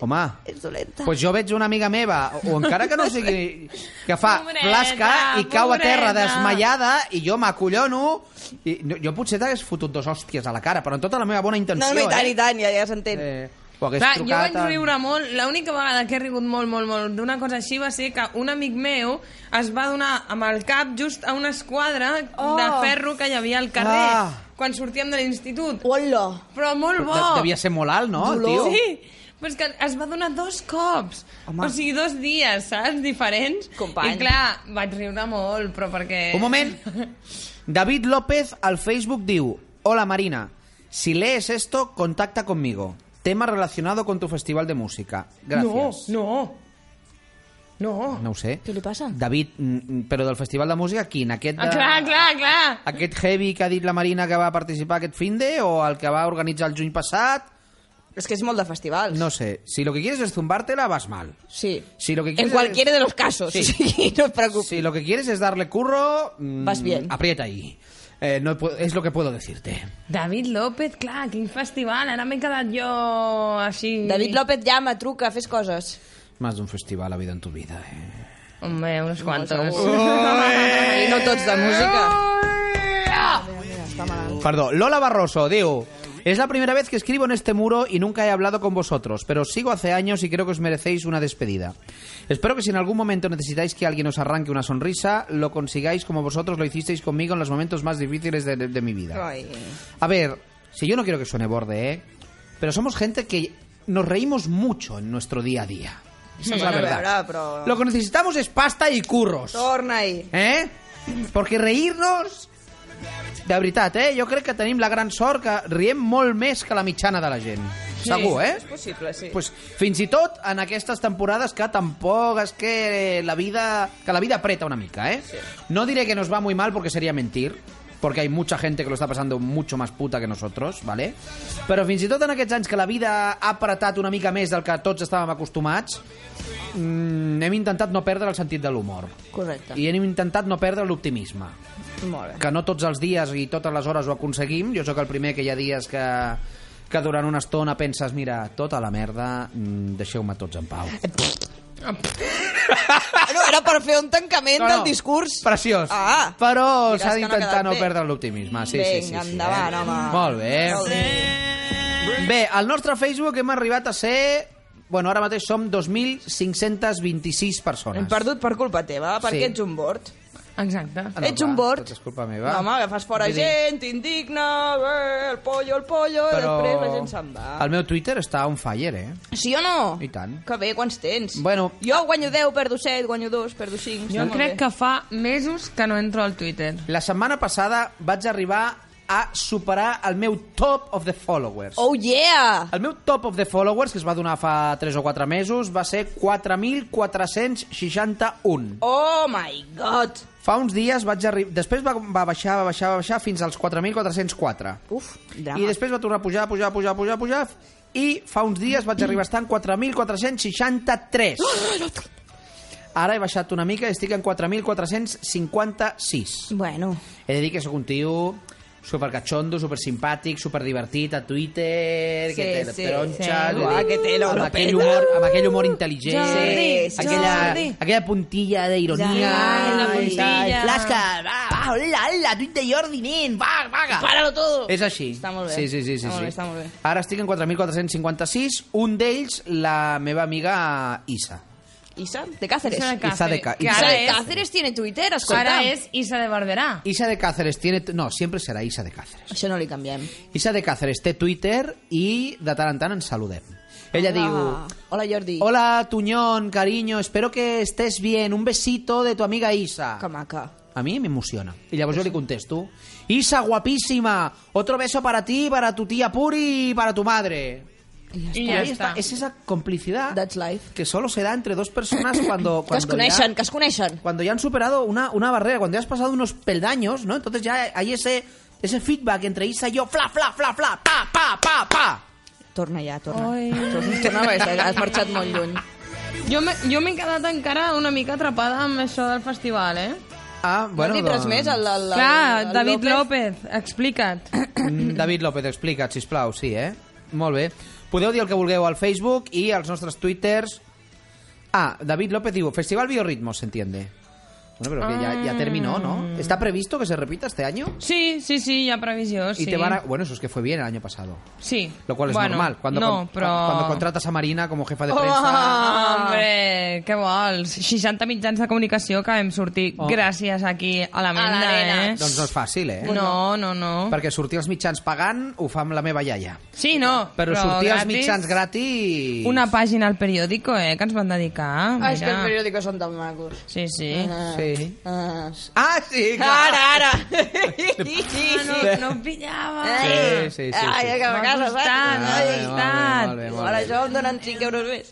A: Home,
C: és dolenta.
A: pues jo veig una amiga meva, o encara que no
C: (laughs)
A: sigui... Que fa
B: Pobreta,
A: plasca i cau a terra
B: pobreta.
A: desmaiada i jo m'acollono... I no- jo potser t'hagués fotut dos hòsties a la cara, però amb tota la meva bona intenció,
C: no, no, i tant,
A: eh?
C: i tant, ja, ja s'entén.
A: Eh, ho hagués
B: Clar, jo
A: trucat...
B: vaig riure molt, l'única vegada que he rigut molt, molt, molt d'una cosa així va ser que un amic meu es va donar amb el cap just a una esquadra
C: Oh.
B: de ferro que hi havia al carrer
A: Ah.
B: quan sortíem de l'institut.
C: Hola.
B: Però molt bo!
A: Oh. De- Devia ser molt alt, no, el
C: Dolor.
A: tio?
B: Sí, però és que es va donar dos cops.
C: Home.
B: O sigui, dos dies, saps? Diferents.
C: Company.
B: I clar, vaig riure molt, però perquè...
A: Un moment. David López al Facebook diu Hola Marina, si lees esto, contacta conmigo. Tema relacionado con tu festival de música. Gracias.
B: No, no. No.
A: No ho sé.
C: Què li passa?
A: David, mm, mm, però del festival de música, quin? Aquest, de...
B: Ah, clar, clar, clar.
A: aquest heavy que ha dit la Marina que va participar aquest finde o el que va organitzar el juny passat?
C: És que és molt de festivals.
A: No sé. Si lo que quieres es zumbártela, vas mal.
C: Sí.
A: Si lo que
C: En
A: quieres
C: cualquiera de los casos.
A: Sí.
C: (laughs) Sí. no os preocupes.
A: Si lo que quieres es darle curro, mm,
C: Vas bien.
A: aprieta ahí. Eh, no pu- es lo que puedo decirte.
B: David López, clar, quin festival. Ara m'he quedat jo així...
C: David López llama, truca, fes coses.
A: Más de un festival ha habido en tu vida, eh.
B: Home, uns (laughs) quantos.
C: I no tots de música.
A: Mira,
C: Mira, està malalt.
A: Perdó, Lola Barroso diu... Es la primera vez que escribo en este muro y nunca he hablado con vosotros, pero os sigo hace años y creo que os merecéis una despedida. Espero que si en algún momento necesitáis que alguien os arranque una sonrisa, lo consigáis como vosotros lo hicisteis conmigo en los momentos más difíciles de, de- de mi vida.
C: Ay.
A: A ver, si yo no quiero que suene borde, ¿eh? Pero somos gente que nos reímos mucho en nuestro día a día. Esa es la
C: Bueno,
A: verdad.
C: verdad, pero-
A: Lo que necesitamos es pasta y curros.
C: Torna ahí.
A: Eh? Perquè reir-nos... De veritat, eh? Jo crec que tenim la gran sort que riem molt més que la mitjana de la gent. Segur, eh?
C: És possible, sí.
A: Pues, fins i tot en aquestes temporades que tampoc és que la vida que la vida aprieta una mica, ¿eh? No diré que nos va muy mal porque sería mentir, porque hay mucha gente que lo está pasando mucho más puta que nosotros, ¿vale? Però fins i tot en aquests anys que la vida ha apretat una mica més del que tots estàvem acostumats, mm, hem intentat no perdre el sentit de l'humor.
C: Correcte.
A: I hem intentat no perdre l'optimisme
C: Molt bé.
A: que no tots els dies i totes les hores ho aconseguim. Jo sóc el primer que hi ha dies que, que durant una estona penses, mira, tota la merda, mm, deixeu-me tots en pau.
C: Ah, No, era per fer un tancament
A: No, no,
C: del discurs.
A: Preciós.
C: Ah.
A: Però
C: Diràs
A: s'ha
C: que no ha
A: d'intentar
C: quedat
A: no,
C: bé.
A: perdre l'optimisme. Sí, sí, sí,
C: Vinga,
A: sí,
C: endavant,
A: eh?
C: home.
A: Molt bé.
C: Molt bé.
A: Bé, al nostre Facebook hem arribat a ser... Bueno, ara mateix som 2.526 persones.
C: Hem perdut per culpa teva, perquè
A: Sí.
C: ets un bord.
B: Exacte.
A: Ah, no,
C: ets un
A: va,
C: bord.
A: tot és culpa meva.
C: Va. Home, agafes fora
A: Vull dir-
C: gent, t'indigna, eh, el pollo, el pollo,
A: Però...
C: i després la gent se'n va.
A: El meu Twitter està on fire, eh?
C: Sí o no?
A: I tant.
C: Que bé, quants tens?
A: Bueno.
C: Jo guanyo 10, perdo 7, guanyo 2, perdo 5.
B: Jo crec que fa mesos que no entro al Twitter.
A: La setmana passada vaig arribar a superar el meu top of the followers.
C: Oh yeah!
A: El meu top of the followers, que es va donar fa 3 o 4 mesos, va ser 4.461.
C: Oh my god!
A: Fa uns dies vaig arribar... Després va, va baixar, va baixar, va baixar fins als 4.404.
C: Uf, drama.
A: I després va tornar a pujar, pujar, pujar, pujar, pujar... I fa uns dies vaig arribar a estar en 4.463. Ara he baixat una mica i estic en 4.456.
C: Bueno,
A: He de dir que sóc un tio supercachondo, supersimpàtic, superdivertit a Twitter,
C: Sí,
A: que té les
C: sí,
A: taronxes,
C: sí.
A: vull
C: Uah,
A: dir,
C: que té l'oro
A: amb, aquell
C: peta.
A: humor, amb aquell humor intel·ligent,
B: Jordi,
A: aquella,
B: Jordi.
A: aquella puntilla d'ironia,
B: Ai, la
A: i tal.
B: puntilla.
A: Flasca, va, va, hola, hola, tuit de Jordi, nen, va, vaga.
C: páralo todo!
A: És així.
C: Està molt bé.
A: Sí, sí, sí, sí,
C: Està molt
A: sí.
C: bé, està molt bé.
A: Ara estic en 4.456, un d'ells la meva amiga Isa.
C: Isa de Cáceres.
B: Isa de Cáceres.
A: Isa de Ca-
B: que
A: Isa
B: ara
C: Isa de
B: és,
C: Cáceres tiene Twitter, escolta.
B: ara és Isa de Barberà.
A: Isa de Cáceres tiene... No, sempre serà Isa de Cáceres.
C: Això no li canviem.
A: Isa de Cáceres té Twitter i de tant en tant ens saludem. Ella
C: Hola. Hola, Jordi.
A: diu... Ah. Hola, Tuñón, cariño, espero que estés bien. Un besito de tu amiga Isa.
C: Que maca.
A: A mi m'emociona. I llavors jo li contesto. Isa, guapísima, otro beso para ti, para tu tía Puri y para tu madre.
B: I ja
A: Ahí
B: està.
A: Es esa complicidad
C: That's life.
A: que solo se da entre dos personas
C: (coughs)
A: cuando,
C: Que es
A: cuando ya-
C: coneixen, que es coneixen.
A: cuando ya han superado una, una barrera, cuando ya has pasado unos peldaños, ¿no? Entonces ya hay ese, ese feedback entre Isa y yo, fla, fla, fla, fla, pa, pa, pa, pa.
C: Torna ja, torna.
B: Oi.
C: Torna, perquè has marxat molt lluny.
B: Jo m'he jo m'he quedat encara una mica atrapada amb això del festival, eh?
A: Ah,
C: Bueno, no has dit res més? El, el, el,
B: Clar,
C: el
B: David López, explica't.
A: Mm, David López, explica't, sisplau, sí, eh? Molt bé. Podeu dir el que vulgueu al Facebook i als nostres twitters. Ah, David López diu, Festival Biorritmos, se entiende. Bueno, pero que ya, ya terminó, ¿no?
B: Ah.
A: ¿Está previsto que se repita este año?
B: Sí, sí, sí, hi ha previsió, sí.
A: Y te van a... Bueno, eso es que fue bien el año pasado.
B: Sí.
A: Lo cual es
B: bueno,
A: normal. Cuando,
B: no,
A: con-
B: però...
A: cuando contratas a Marina como jefa de prensa...
B: Oh, hombre, què vols? 60 mitjans de comunicació que vam sortir
A: Oh.
B: oh. gràcies aquí a la Menda,
C: l'arena.
B: eh?
A: Doncs no és fàcil, eh?
B: No, no, no.
A: Perquè sortir als mitjans pagant ho fa amb la meva iaia.
B: Sí, no.
A: Però, sortir als mitjans gratis...
B: Una pàgina al periòdico, eh, que ens van dedicar. Mira.
C: Ah, és que els periòdics són tan macos.
B: Sí, sí.
A: Sí.
C: Ah.
A: Ah, sí, clar.
C: Ara, ara.
B: Ah, no,
A: Sí.
B: no ho pillava.
A: Sí, sí, sí, sí.
C: Ai, que
B: M'ha
C: a casa,
B: costat, m'ha
A: Ah, bé,
C: saps?
A: molt
B: costat.
A: bé,
C: Ai,
A: molt
C: ara
A: bé.
C: això em donen 5 euros més.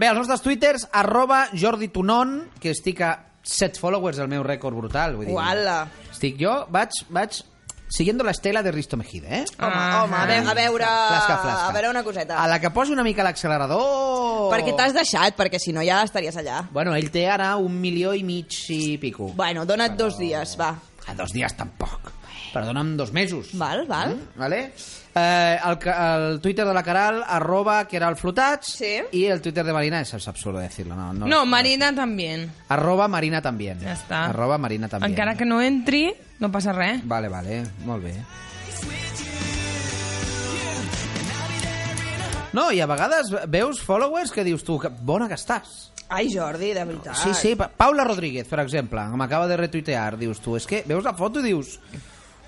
A: Bé, els nostres twitters, arroba Jordi Tunon, que estic a 7 followers, el meu rècord brutal. Vull dir.
C: Uala.
A: Estic jo, vaig, vaig siguiendo la estela de Risto Mejide, eh?
C: Home,
B: Ah.
C: home, a veure, a veure,
A: Flasca, flasca.
C: a veure una coseta.
A: A la que posi una mica l'accelerador...
C: Perquè t'has deixat, perquè si no ja estaries allà.
A: Bueno, ell té ara un milió i mig i pico.
C: Bueno, dona't dos dies, va.
A: A dos dies tampoc. Perdona'm, dos mesos.
C: Val, val.
A: Mm, Vale? Eh, el, ca- el Twitter de la Caral, arroba, que era el flotats,
C: Sí.
A: y el Twitter de Marina, es, es absurdo decirlo. No, no,
B: No, Marina també.
A: Arroba Marina también.
B: Ja està.
A: Arroba Marina también.
B: Encara que no entri, No passa res.
A: Vale, vale, molt bé. No, i a vegades veus followers que dius tu, que bona que estàs.
C: Mm. Ai, Jordi, de veritat.
A: Sí, sí, Pa- Paula Rodríguez, per exemple, que m'acaba de retuitear, dius tu, és que veus la foto i dius,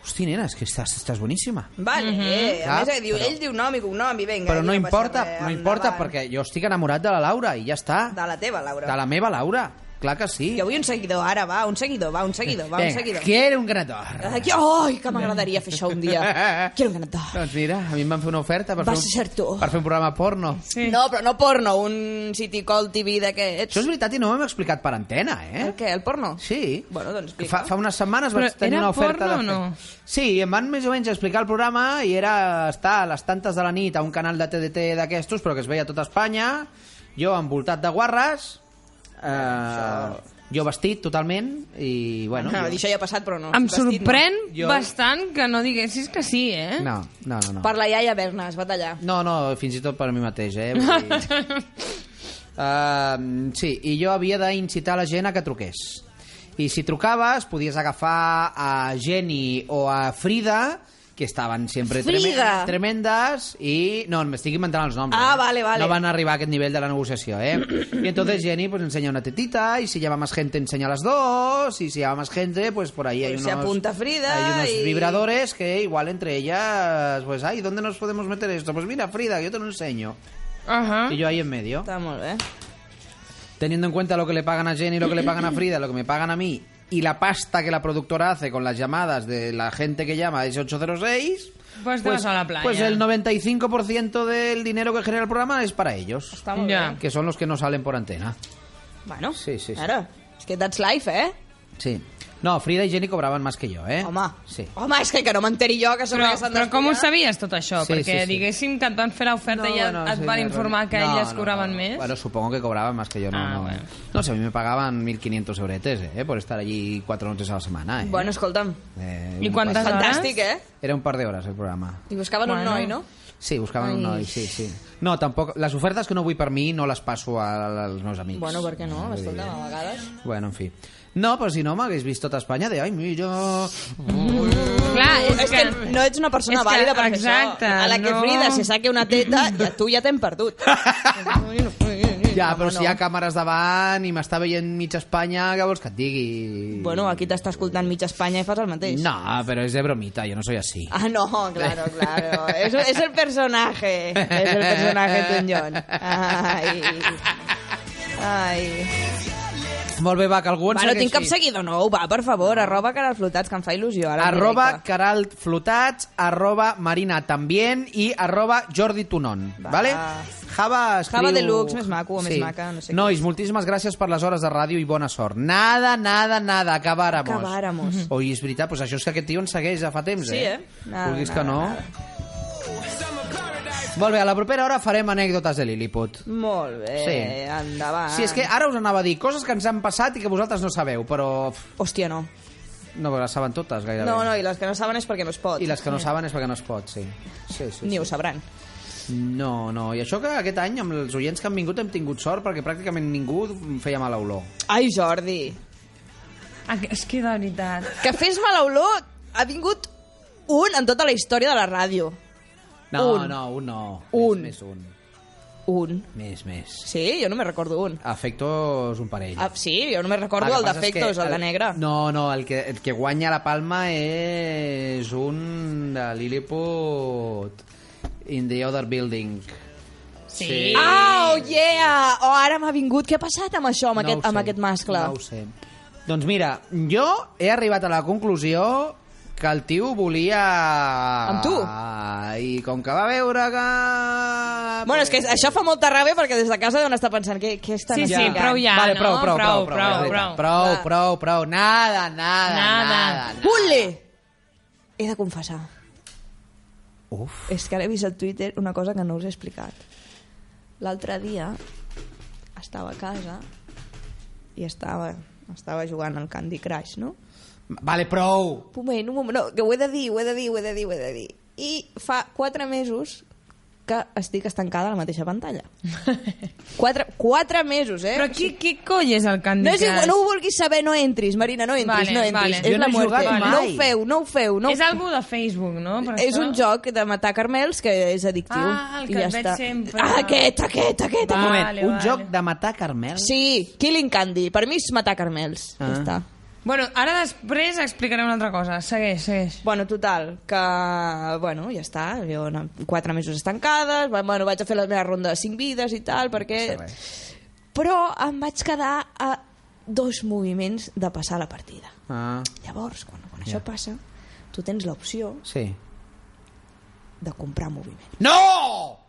A: hosti, nena, és que estàs, estàs boníssima.
C: Vale,
B: Mhm.
C: eh, a
A: Clar,
C: més eh, diu,
A: però-
C: ell diu nom i cognom i vinga.
A: Però no
C: i passa
A: importa,
C: res,
A: no importa,
C: endavant.
A: perquè jo estic enamorat de la Laura i ja està.
C: De la teva, Laura.
A: De la meva Laura, clar que sí.
C: Jo vull un seguidor, ara, va, un seguidor, va, un seguidor, va, un
A: Vinga,
C: seguidor.
A: quiero un grator.
C: Aquí, ai, que m'agradaria fer això un dia. Quiero un ganador.
A: Doncs mira, a mi em van fer una oferta per,
C: Vas
A: fer,
C: ser tu.
A: un, per fer un programa porno.
B: Sí.
C: No, però no porno, un city call TV d'aquests.
A: Això és veritat i no ho hem explicat per antena, eh?
C: El què, el porno?
A: Sí.
C: Bueno, doncs explica.
A: Fa, fa unes setmanes
B: Però
A: vaig tenir
B: era
A: una oferta
B: porno
A: de...
B: o no?
A: Sí, em van més o menys explicar el programa i era estar a les tantes de la nit a un canal de TDT d'aquestos, però que es veia a tota Espanya, jo envoltat de guarres, eh, jo vestit totalment i, bueno...
C: No,
A: jo-
C: això ja ha passat, però no.
B: Em
C: Vestit no.
B: sorprèn
A: Jo-
B: bastant que no diguessis que sí, eh?
A: No, no, no. no.
C: Per la iaia Berna, es va tallar.
A: No, no, fins i tot per mi mateix, eh? Vull dir...
C: (laughs)
A: Ehm, sí, i jo havia d'incitar la gent a que truqués. I si trucaves, podies agafar a Jenny o a Frida, que estaven sempre treme-
C: Frida!
A: tremendes, i... No, m'estic inventant els noms.
C: Ah,
A: eh?
C: vale, vale.
A: No van arribar a aquest nivell de la negociació, eh? I entonces Jenny pues, enseña una tetita, y si llama más gente enseña las dos, y si llama más gente, pues por ahí hay
C: Pues
A: unos...
C: se apunta Frida
A: Hay unos
C: y-
A: vibradores es que igual entre ellas, pues, ay, ¿dónde nos podemos meter esto? Pues mira, Frida, que yo te lo enseño.
B: Ahà.
A: Y yo ahí en medio.
C: Està molt bé.
A: Teniendo en cuenta lo que le pagan a Jenny, lo que le pagan
B: (laughs)
A: a Frida, lo que me pagan a mí y la pasta que la productora hace con las llamadas de la gente que llama a ese 806,
B: Pues te vas a la playa.
A: pues el 95% del dinero que genera el programa es para ellos,
C: Està molt
B: Ja.
C: bé.
A: que son los que no salen por antena.
C: Bueno,
A: Sí, sí, sí.
C: Ara, és que that's life, eh?
A: Sí. No, Frida y Jenny cobraban más que yo, ¿eh?
C: Home,
A: Sí.
C: Home, és que, que no m'enteri jo que
B: Però,
C: sobre que s'han
B: però com ho
C: d'estudiar.
B: sabies tot això?
A: Sí,
B: Perquè
A: sí, sí.
B: diguéssim que et van fer l'oferta i ja et
A: sí,
B: van
A: tienes
B: informar
A: razón.
B: que
A: No,
B: elles
A: no,
B: cobraban
A: no.
B: més.
A: Bueno, supongo que cobraban más que yo, no.
B: Ah,
A: no.
B: bueno.
A: No sé, a mí me pagaban 1.500 euretes, ¿eh? Por estar allí cuatro noches a la semana, ¿eh?
C: Bueno, escolta'm,
A: Eh,
B: ¿Y
A: un
B: cuántas
A: par-
B: horas?
C: fantàstic, eh?
A: Era un par de horas el programa.
C: I buscaven
B: Bueno.
C: un noi, no?
A: Sí, buscaven un
B: Ai.
A: noi, sí, sí. No, tampoc... Les ofertes que no vull per mi no les passo a- als meus amics.
C: Bueno, per què no?
A: Vull dir- eh?
C: Escolta'm, a vegades...
A: Bueno, en fi. No, però si no m'hagués vist tota Espanya de... Ai, mira...
B: Clar,
C: És que no ets una persona
B: és que-
C: vàlida per
B: exacte,
C: fer això. A la que
B: no.
C: Frida se saque una teta, ja tu ja t'hem perdut.
A: (laughs) Ja, però si hi ha càmeres davant i m'està veient mitja Espanya, què vols que et digui?
C: Bueno, aquí t'està escoltant mitja Espanya i fas el mateix.
A: No, però és de bromita, jo no soy así.
C: Ah, no,
A: (laughs)
C: claro, claro. Es, es el personaje. Es el personaje
A: (laughs)
C: Tunjon. Ai. Ai.
A: Molt bé, va, que algú ens
C: Va, no
A: segueixi.
C: tinc cap seguidor nou, va, per favor. Arroba caralflotats, que em fa il·lusió. Ara en
A: Arroba
C: directe.
A: Caralt Flotats, arroba Marina Tambien i arroba Jordi Tunon.
C: Va.
A: Vale? Java escriu...
C: Java Deluxe, més maco, o més maca, no sé
A: Nois, moltíssimes gràcies per les hores de ràdio i bona sort. Nada, nada, nada, acabáramos.
C: Acabáramos.
A: Mhm. Oi, és veritat, doncs això és que aquest tio ens segueix ja fa temps,
C: Sí,
A: eh?
C: eh? Nada,
A: Vulguis
C: nada,
A: que no.
C: nada.
A: Molt bé, a la propera hora farem anècdotes de Lilliput.
C: Molt bé,
A: Sí.
C: endavant.
A: Si és que ara us anava a dir coses que ens han passat i que vosaltres no sabeu, però pff,
C: Hòstia, no.
A: no les saben totes gairebé.
C: No, no, i les que no saben és perquè no es pot.
A: I les que no saben és perquè no es pot, sí. Sí, sí,
C: Ni ho sabran.
A: sí. No, no, i això que aquest any amb els oients que han vingut hem tingut sort perquè pràcticament ningú feia mala olor.
C: Ai, Jordi.
B: Ah, És que de veritat.
C: Que fes mala olor ha vingut un en tota la història de la ràdio.
A: No,
C: Un.
A: no, un no.
C: Un.
A: Més, més un.
C: Un.
A: Més, més.
C: Sí, jo no me recordo un.
A: Afectos un parell.
C: Ah, sí, jo no me recordo
A: El
C: el
A: que passa és
C: d'Afectos,
A: que
C: el de negre.
A: No, no, el que, el que guanya la palma és un de Lilliput in the other building.
B: Sí.
C: Ah, oh, yeah! Oh, ara m'ha vingut. Què ha passat amb això,
A: No
C: amb,
A: ho
C: aquest,
A: sé,
C: amb aquest mascle?
A: No ho sé. Doncs mira, jo he arribat a la conclusió que el tio volia...
C: Amb tu?
A: I com que va veure que...
C: Bueno, és que això fa molta ràbia perquè des de casa deuen estar pensant què, què estan
B: Sí, sí,
C: explicant?"
B: prou ja,
A: vale,
B: no?
A: prou, prou, prou, prou,
B: Prou, prou,
A: ja està.
B: prou.
A: prou,
C: Va.
A: prou, prou, nada, nada,
B: Nada.
A: nada. nada.
C: Pule! He de confessar.
A: Uf,
C: És que ara he vist al Twitter una cosa que no us he explicat. L'altre dia estava a casa i estava, estava jugant al Candy Crush, no?
A: vale, prou.
C: Un moment, un moment, no, que ho he de dir, ho he de dir, ho he de dir, ho he de dir. I fa quatre mesos que estic estancada a la mateixa
B: (laughs)
C: pantalla. quatre, quatre mesos, eh?
B: Però qui, qui coi és el Candy
C: No, és
B: Crush?
C: igual, no ho vulguis saber, no entris, Marina, no entris,
B: Vale,
C: no entris.
B: vale.
A: Jo
C: És
A: no
C: la
A: he
C: muerte.
A: jugat
C: No ho
A: mai.
C: feu, no ho feu. No ho
B: És algú de Facebook, no? Per
C: és
B: això?
C: un joc de matar carmels que és addictiu.
B: Ah, el que
C: I ja
B: et veig
C: està.
B: sempre.
C: Ah, aquest, aquest, aquest.
B: Va.
C: aquest.
A: Un moment,
B: Vale,
A: un
B: vale.
A: joc de matar Carmel?
C: Sí, Killing Candy. Per mi és matar carmels. Ah.
A: Ah.
C: Ja està.
B: Bueno, ara després explicaré una altra cosa. Segueix, segueix.
C: Bueno, total, que... Bueno, ja està. Jo no, quatre mesos estancades, va- bueno, vaig a fer la meva ronda de cinc vides i tal, perquè...
A: Res.
C: Però em vaig quedar a dos moviments de passar la partida.
A: Ah,
C: Llavors, quan, quan
A: Ja.
C: això passa, tu tens l'opció
A: sí.
C: de comprar moviment.
A: No!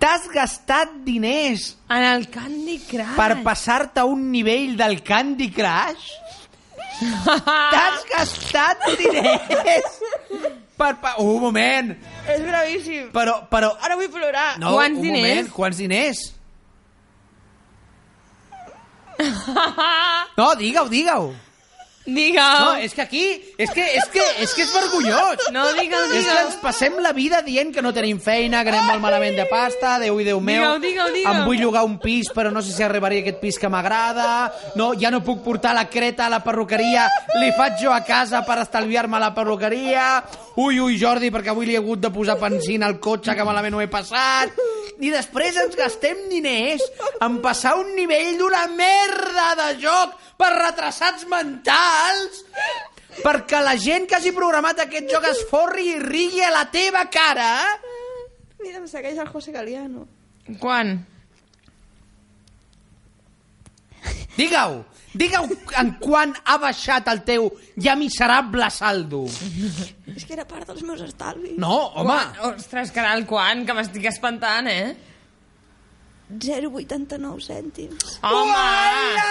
A: T'has gastat diners
B: En el Candy Crush.
A: per passar-te a un nivell del Candy Crush? T'has gastat diners per... Pa... Oh, Un moment!
C: És gravíssim.
A: Però, però...
C: Ara vull plorar.
A: No,
B: Quants
A: un
B: diners?
A: moment, quants diners? No, digue-ho, digue-ho.
B: Digue'm.
A: No, és que aquí... És que és, que, és, que és vergonyós.
B: Oh. No,
A: És
B: digue'l,
A: que
B: digue'l.
A: ens passem la vida dient que no tenim feina, que anem molt malament de pasta, Déu i Déu meu.
B: Digue'l, digue'l, digue'l.
A: Em vull llogar un pis, però no sé si arribaria a aquest pis que m'agrada. No, ja no puc portar la creta a la perruqueria. Li faig jo a casa per estalviar-me la perruqueria. Ui, ui, Jordi, perquè avui li he hagut de posar benzina al cotxe, que malament ho he passat. I després ens gastem diners en passar un nivell d'una merda de joc per retrasats mentals perquè la gent que hagi programat aquest joc es forri i rigui a la teva cara
C: Ah, Mira, em segueix el José Galiano.
B: Quan?
A: Digue-ho, digue-ho en quan ha baixat el teu ja miserable saldo.
C: És que era part dels meus estalvis.
A: No, home,
B: Quan? Ostres, caral, quan? Que m'estic espantant, eh?
C: 0,89 cèntims.
B: Home!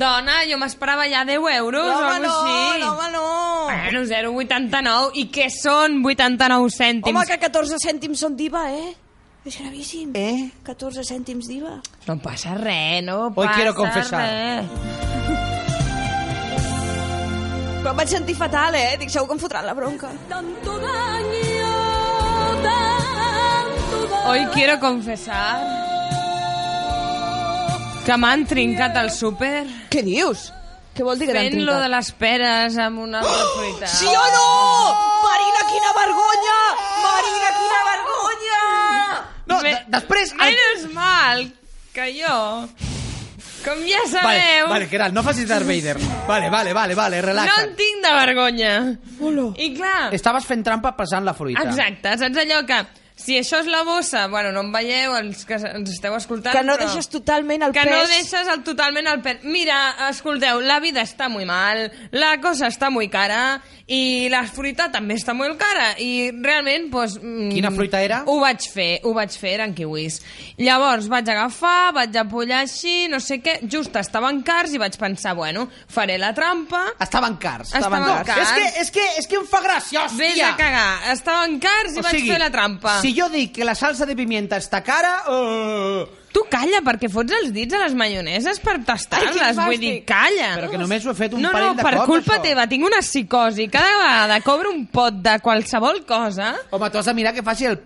B: Dona, jo m'esperava ja 10 euros o alguna
C: no,
B: així.
C: no, home, no.
B: Bueno, 0,89. I què són 89 cèntims?
C: Home, que 14 cèntims són diva, eh? És gravíssim. Eh? 14 cèntims diva.
B: No passa res, no
A: Hoy
B: passa
A: quiero confesar.
B: res.
C: Però em vaig sentir fatal, eh? Dic, segur que em fotran la bronca.
E: Tanto daño, tanto daño.
B: Hoy quiero confesar que m'han trincat el súper
C: Què dius? Què vol dir que t'han
B: fent lo de
C: trincat? Oh,
B: les peres amb una altra fruita.
C: Sí o no? Marina, quina vergonya! Marina, quina vergonya!
A: no,
B: Me-
A: de- després... ah,
B: Menys mal que jo, com ja
A: Vale,
B: sabeu,
A: vale, Keral, no facis Darth Vader. Vale, vale, vale, vale,
B: no
A: relaxa't.
B: en tinc de vergonya.
C: Hola.
B: I clar...
A: Estaves fent trampa passant la fruita.
B: Exacte, saps allò que... Si això és la bossa, bueno, no em veieu, els que ens esteu escoltant...
C: Que no
B: però-
C: deixes totalment el
B: que
C: pes...
B: no deixes el, totalment el pes. Mira, escolteu, la vida està molt mal, la cosa està molt cara i la fruita també està molt cara i realment, doncs... mm,
A: Quina fruita era?
B: Ho vaig fer, ho vaig fer, eren kiwis. Llavors vaig agafar, vaig apollar així, no sé què, just estaven cars i vaig pensar, bueno, faré la trampa...
A: Estaven cars.
B: Estaven cars.
A: És que, és que, és que em fa gràcia, hòstia.
B: Vés a cagar, estaven cars i
A: O
B: vaig
A: sigui,
B: fer la trampa.
A: Si jo dic que la salsa de pimienta està cara... Uh,
B: Tu calla, perquè fots els dits a les maioneses per
C: Ai,
B: tastar-les.
C: quin
B: Vull dir,
C: fàstic.
B: calla.
A: Però que només ho he fet un
B: no,
A: parell
B: no,
A: de
B: per
A: cops,
B: culpa
A: això.
B: teva. Tinc una psicosi. Cada vegada cobro un pot de qualsevol cosa...
A: home, tu has de mirar que faci el...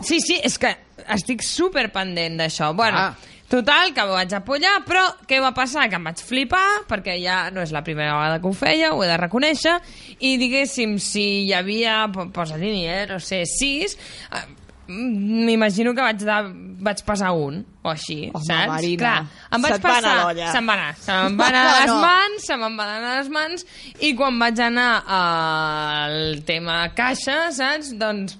B: Sí, sí, és que estic super pendent d'això. Bueno,
A: Ah.
B: total, que ho vaig apollar, però què va passar? Que em vaig flipar, perquè ja no és la primera vegada que ho feia, ho he de reconèixer, i diguéssim, si hi havia, po- posa-li, eh, no sé, sis, eh, mm, m'imagino que vaig, de, vaig passar un, o així,
C: Home,
B: saps?
C: Marina,
B: Clar, em vaig
C: se't va anar
B: passar,
C: l'olla.
B: se'm va anar, se'm va anar a les
C: (laughs) No.
B: mans, se me'n va anar a les mans, i quan vaig anar al tema caixa, saps? Doncs,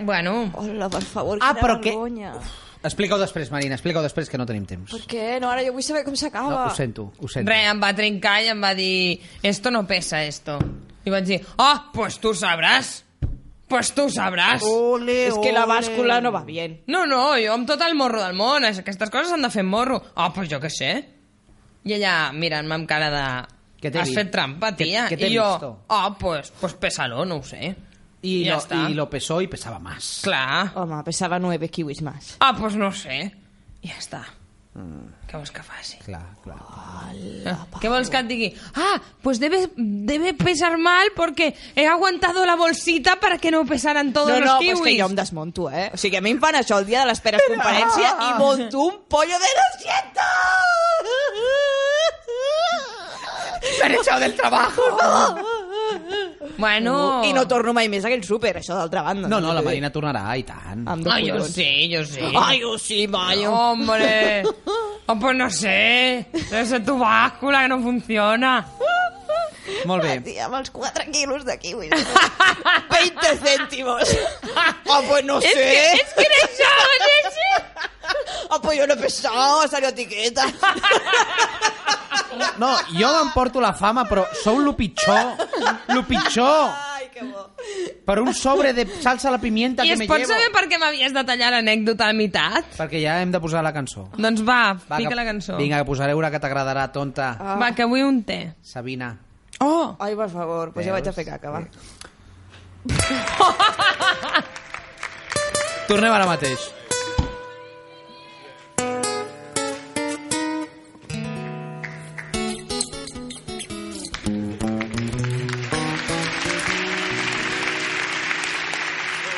B: bueno,
C: Hola, per favor,
A: Ah,
C: quina
A: però que-
C: vergonya.
A: Explica-ho després, Marina, explica-ho després, que no tenim temps.
C: Per què? No, ara jo vull saber com
A: No,
C: s'acaba.
A: ho sento, ho sento.
B: res, em va trincar i em va dir esto no pesa, esto. I vaig dir, ah, oh, pues tu sabràs, pues tu sabràs.
A: Ole,
C: És que la bàscula no va bien.
B: No, no, jo amb tot el morro del món, això- aquestes coses s'han de fer amb morro. Ah, oh, pues jo què sé. I ella mirant-me amb cara de...
A: Què t'he
B: Has
A: dit?
B: fet trampa,
A: Què-
B: tia.
A: què t'he
B: I jo,
A: visto?
B: ah, oh, pues, pues pésalo, no ho sé.
A: Y,
B: Ya
A: lo,
B: está.
A: y lo pesó y pesaba más.
B: Clar.
C: Home, pesava 9 kiwis més.
B: Ah, pues no ho sé. I ja està.
A: Mm.
B: Què vols que faci?
A: Clar, clar.
B: (laughs) ¿Qué vols que et digui? Ah, pues debe, debe pesar mal porque he aguantado la bolsita para que no pesaran todos
C: No,
B: los
C: no, però
B: kiwis.
C: és que jo em desmonto, eh? O sigui, a mi em fan això el dia de les (laughs) peres conferència i monto un pollo de 200!
A: S'han echado del trabajo!
C: Ah.
B: Bueno...
C: I no torno mai més a aquell súper, això d'altra banda.
A: No, no, la Marina tornarà, i tant.
C: Amb dos
B: Ay, yo
C: collons.
B: sí, yo sí.
C: Ai, jo sí, Mayo.
B: Hombre, oh, pues no sé, debe ser tu báscula que no funciona.
A: Molt bé.
C: Tia, amb els 4 quilos de kiwis. (laughs) 20 (laughs) cèntimos. Ah, pues no sé.
B: Es que, es que eres yo, Jessy.
C: Ah, pues yo no he pesado, ha salido etiqueta.
A: No, jo m'emporto la fama, però sou lo pitjor. Lo pitjor.
C: Ai, que bo.
A: Per un sobre de salsa a la pimienta
B: I
A: que
B: es
A: me
B: pot
A: llevo.
B: saber per què m'havies de tallar l'anècdota a meitat?
A: Perquè ja hem de posar la cançó.
B: Doncs va,
A: que-
B: fica la cançó.
A: Vinga, que posaré una que t'agradarà, tonta.
B: Va, que vull un té.
A: Sabina.
B: Oh!
C: Ai, per favor, pues ja
A: Veus?
C: vaig a fer caca, va.
A: Tornem ara mateix.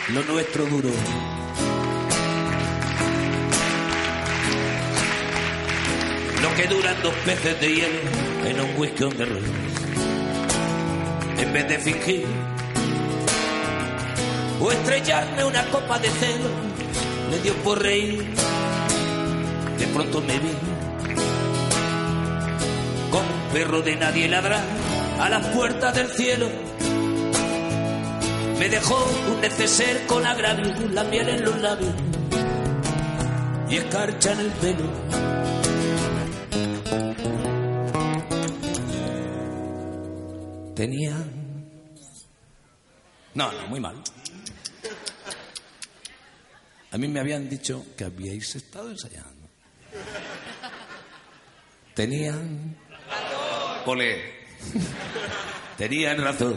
F: lo nuestro duro. Lo que duran dos peces de hielo en un whisky on the rocks. En vez de fingir o estrellarme una copa de celo, me dio por reír. De pronto me vi con un perro de nadie ladrar a las puertas del cielo. Me dejó un neceser con agravio, la miel en los labios y escarcha en el pelo. Tenía. No, no, muy mal. A mí me habían dicho que habíais estado ensayando. Tenían. Ole. Tenían razón.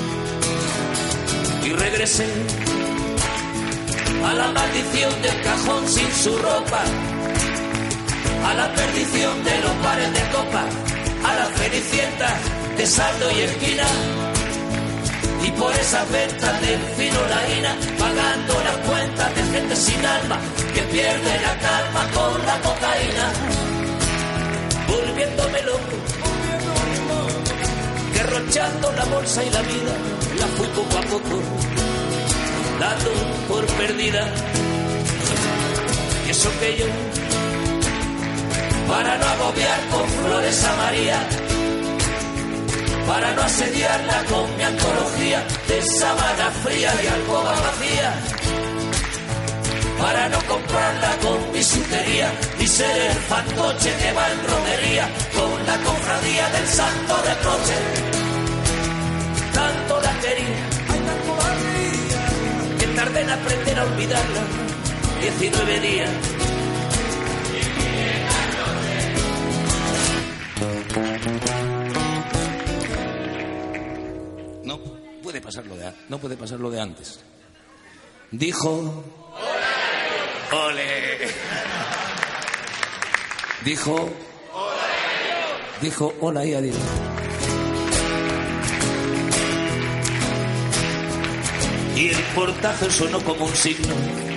F: y regresé a la maldición del cajón sin su ropa, a la perdición de los pares de copa, a la cenicienta de saldo y esquina, y por esas ventas de fino laína, pagando las cuentas de gente sin alma que pierde la calma con la cocaína, volviéndome loco derrochando la bolsa y la vida, la fui poco a poco, dando por perdida. Y eso que yo, para no agobiar con flores a María, para no asediarla con mi antología de sábana fría y alcoba vacía, para no comprarla con bisutería y ser el fantoche que va en romería con la cofradía del santo reproche. Tanto la quería, que tardé en aprender a olvidarla. 19 días. No puede pasar lo de, a- no puede pasar lo de antes. Dijo ¡Ole! Dijo. Dijo hola y adiós. Y el portazo sonó como un signo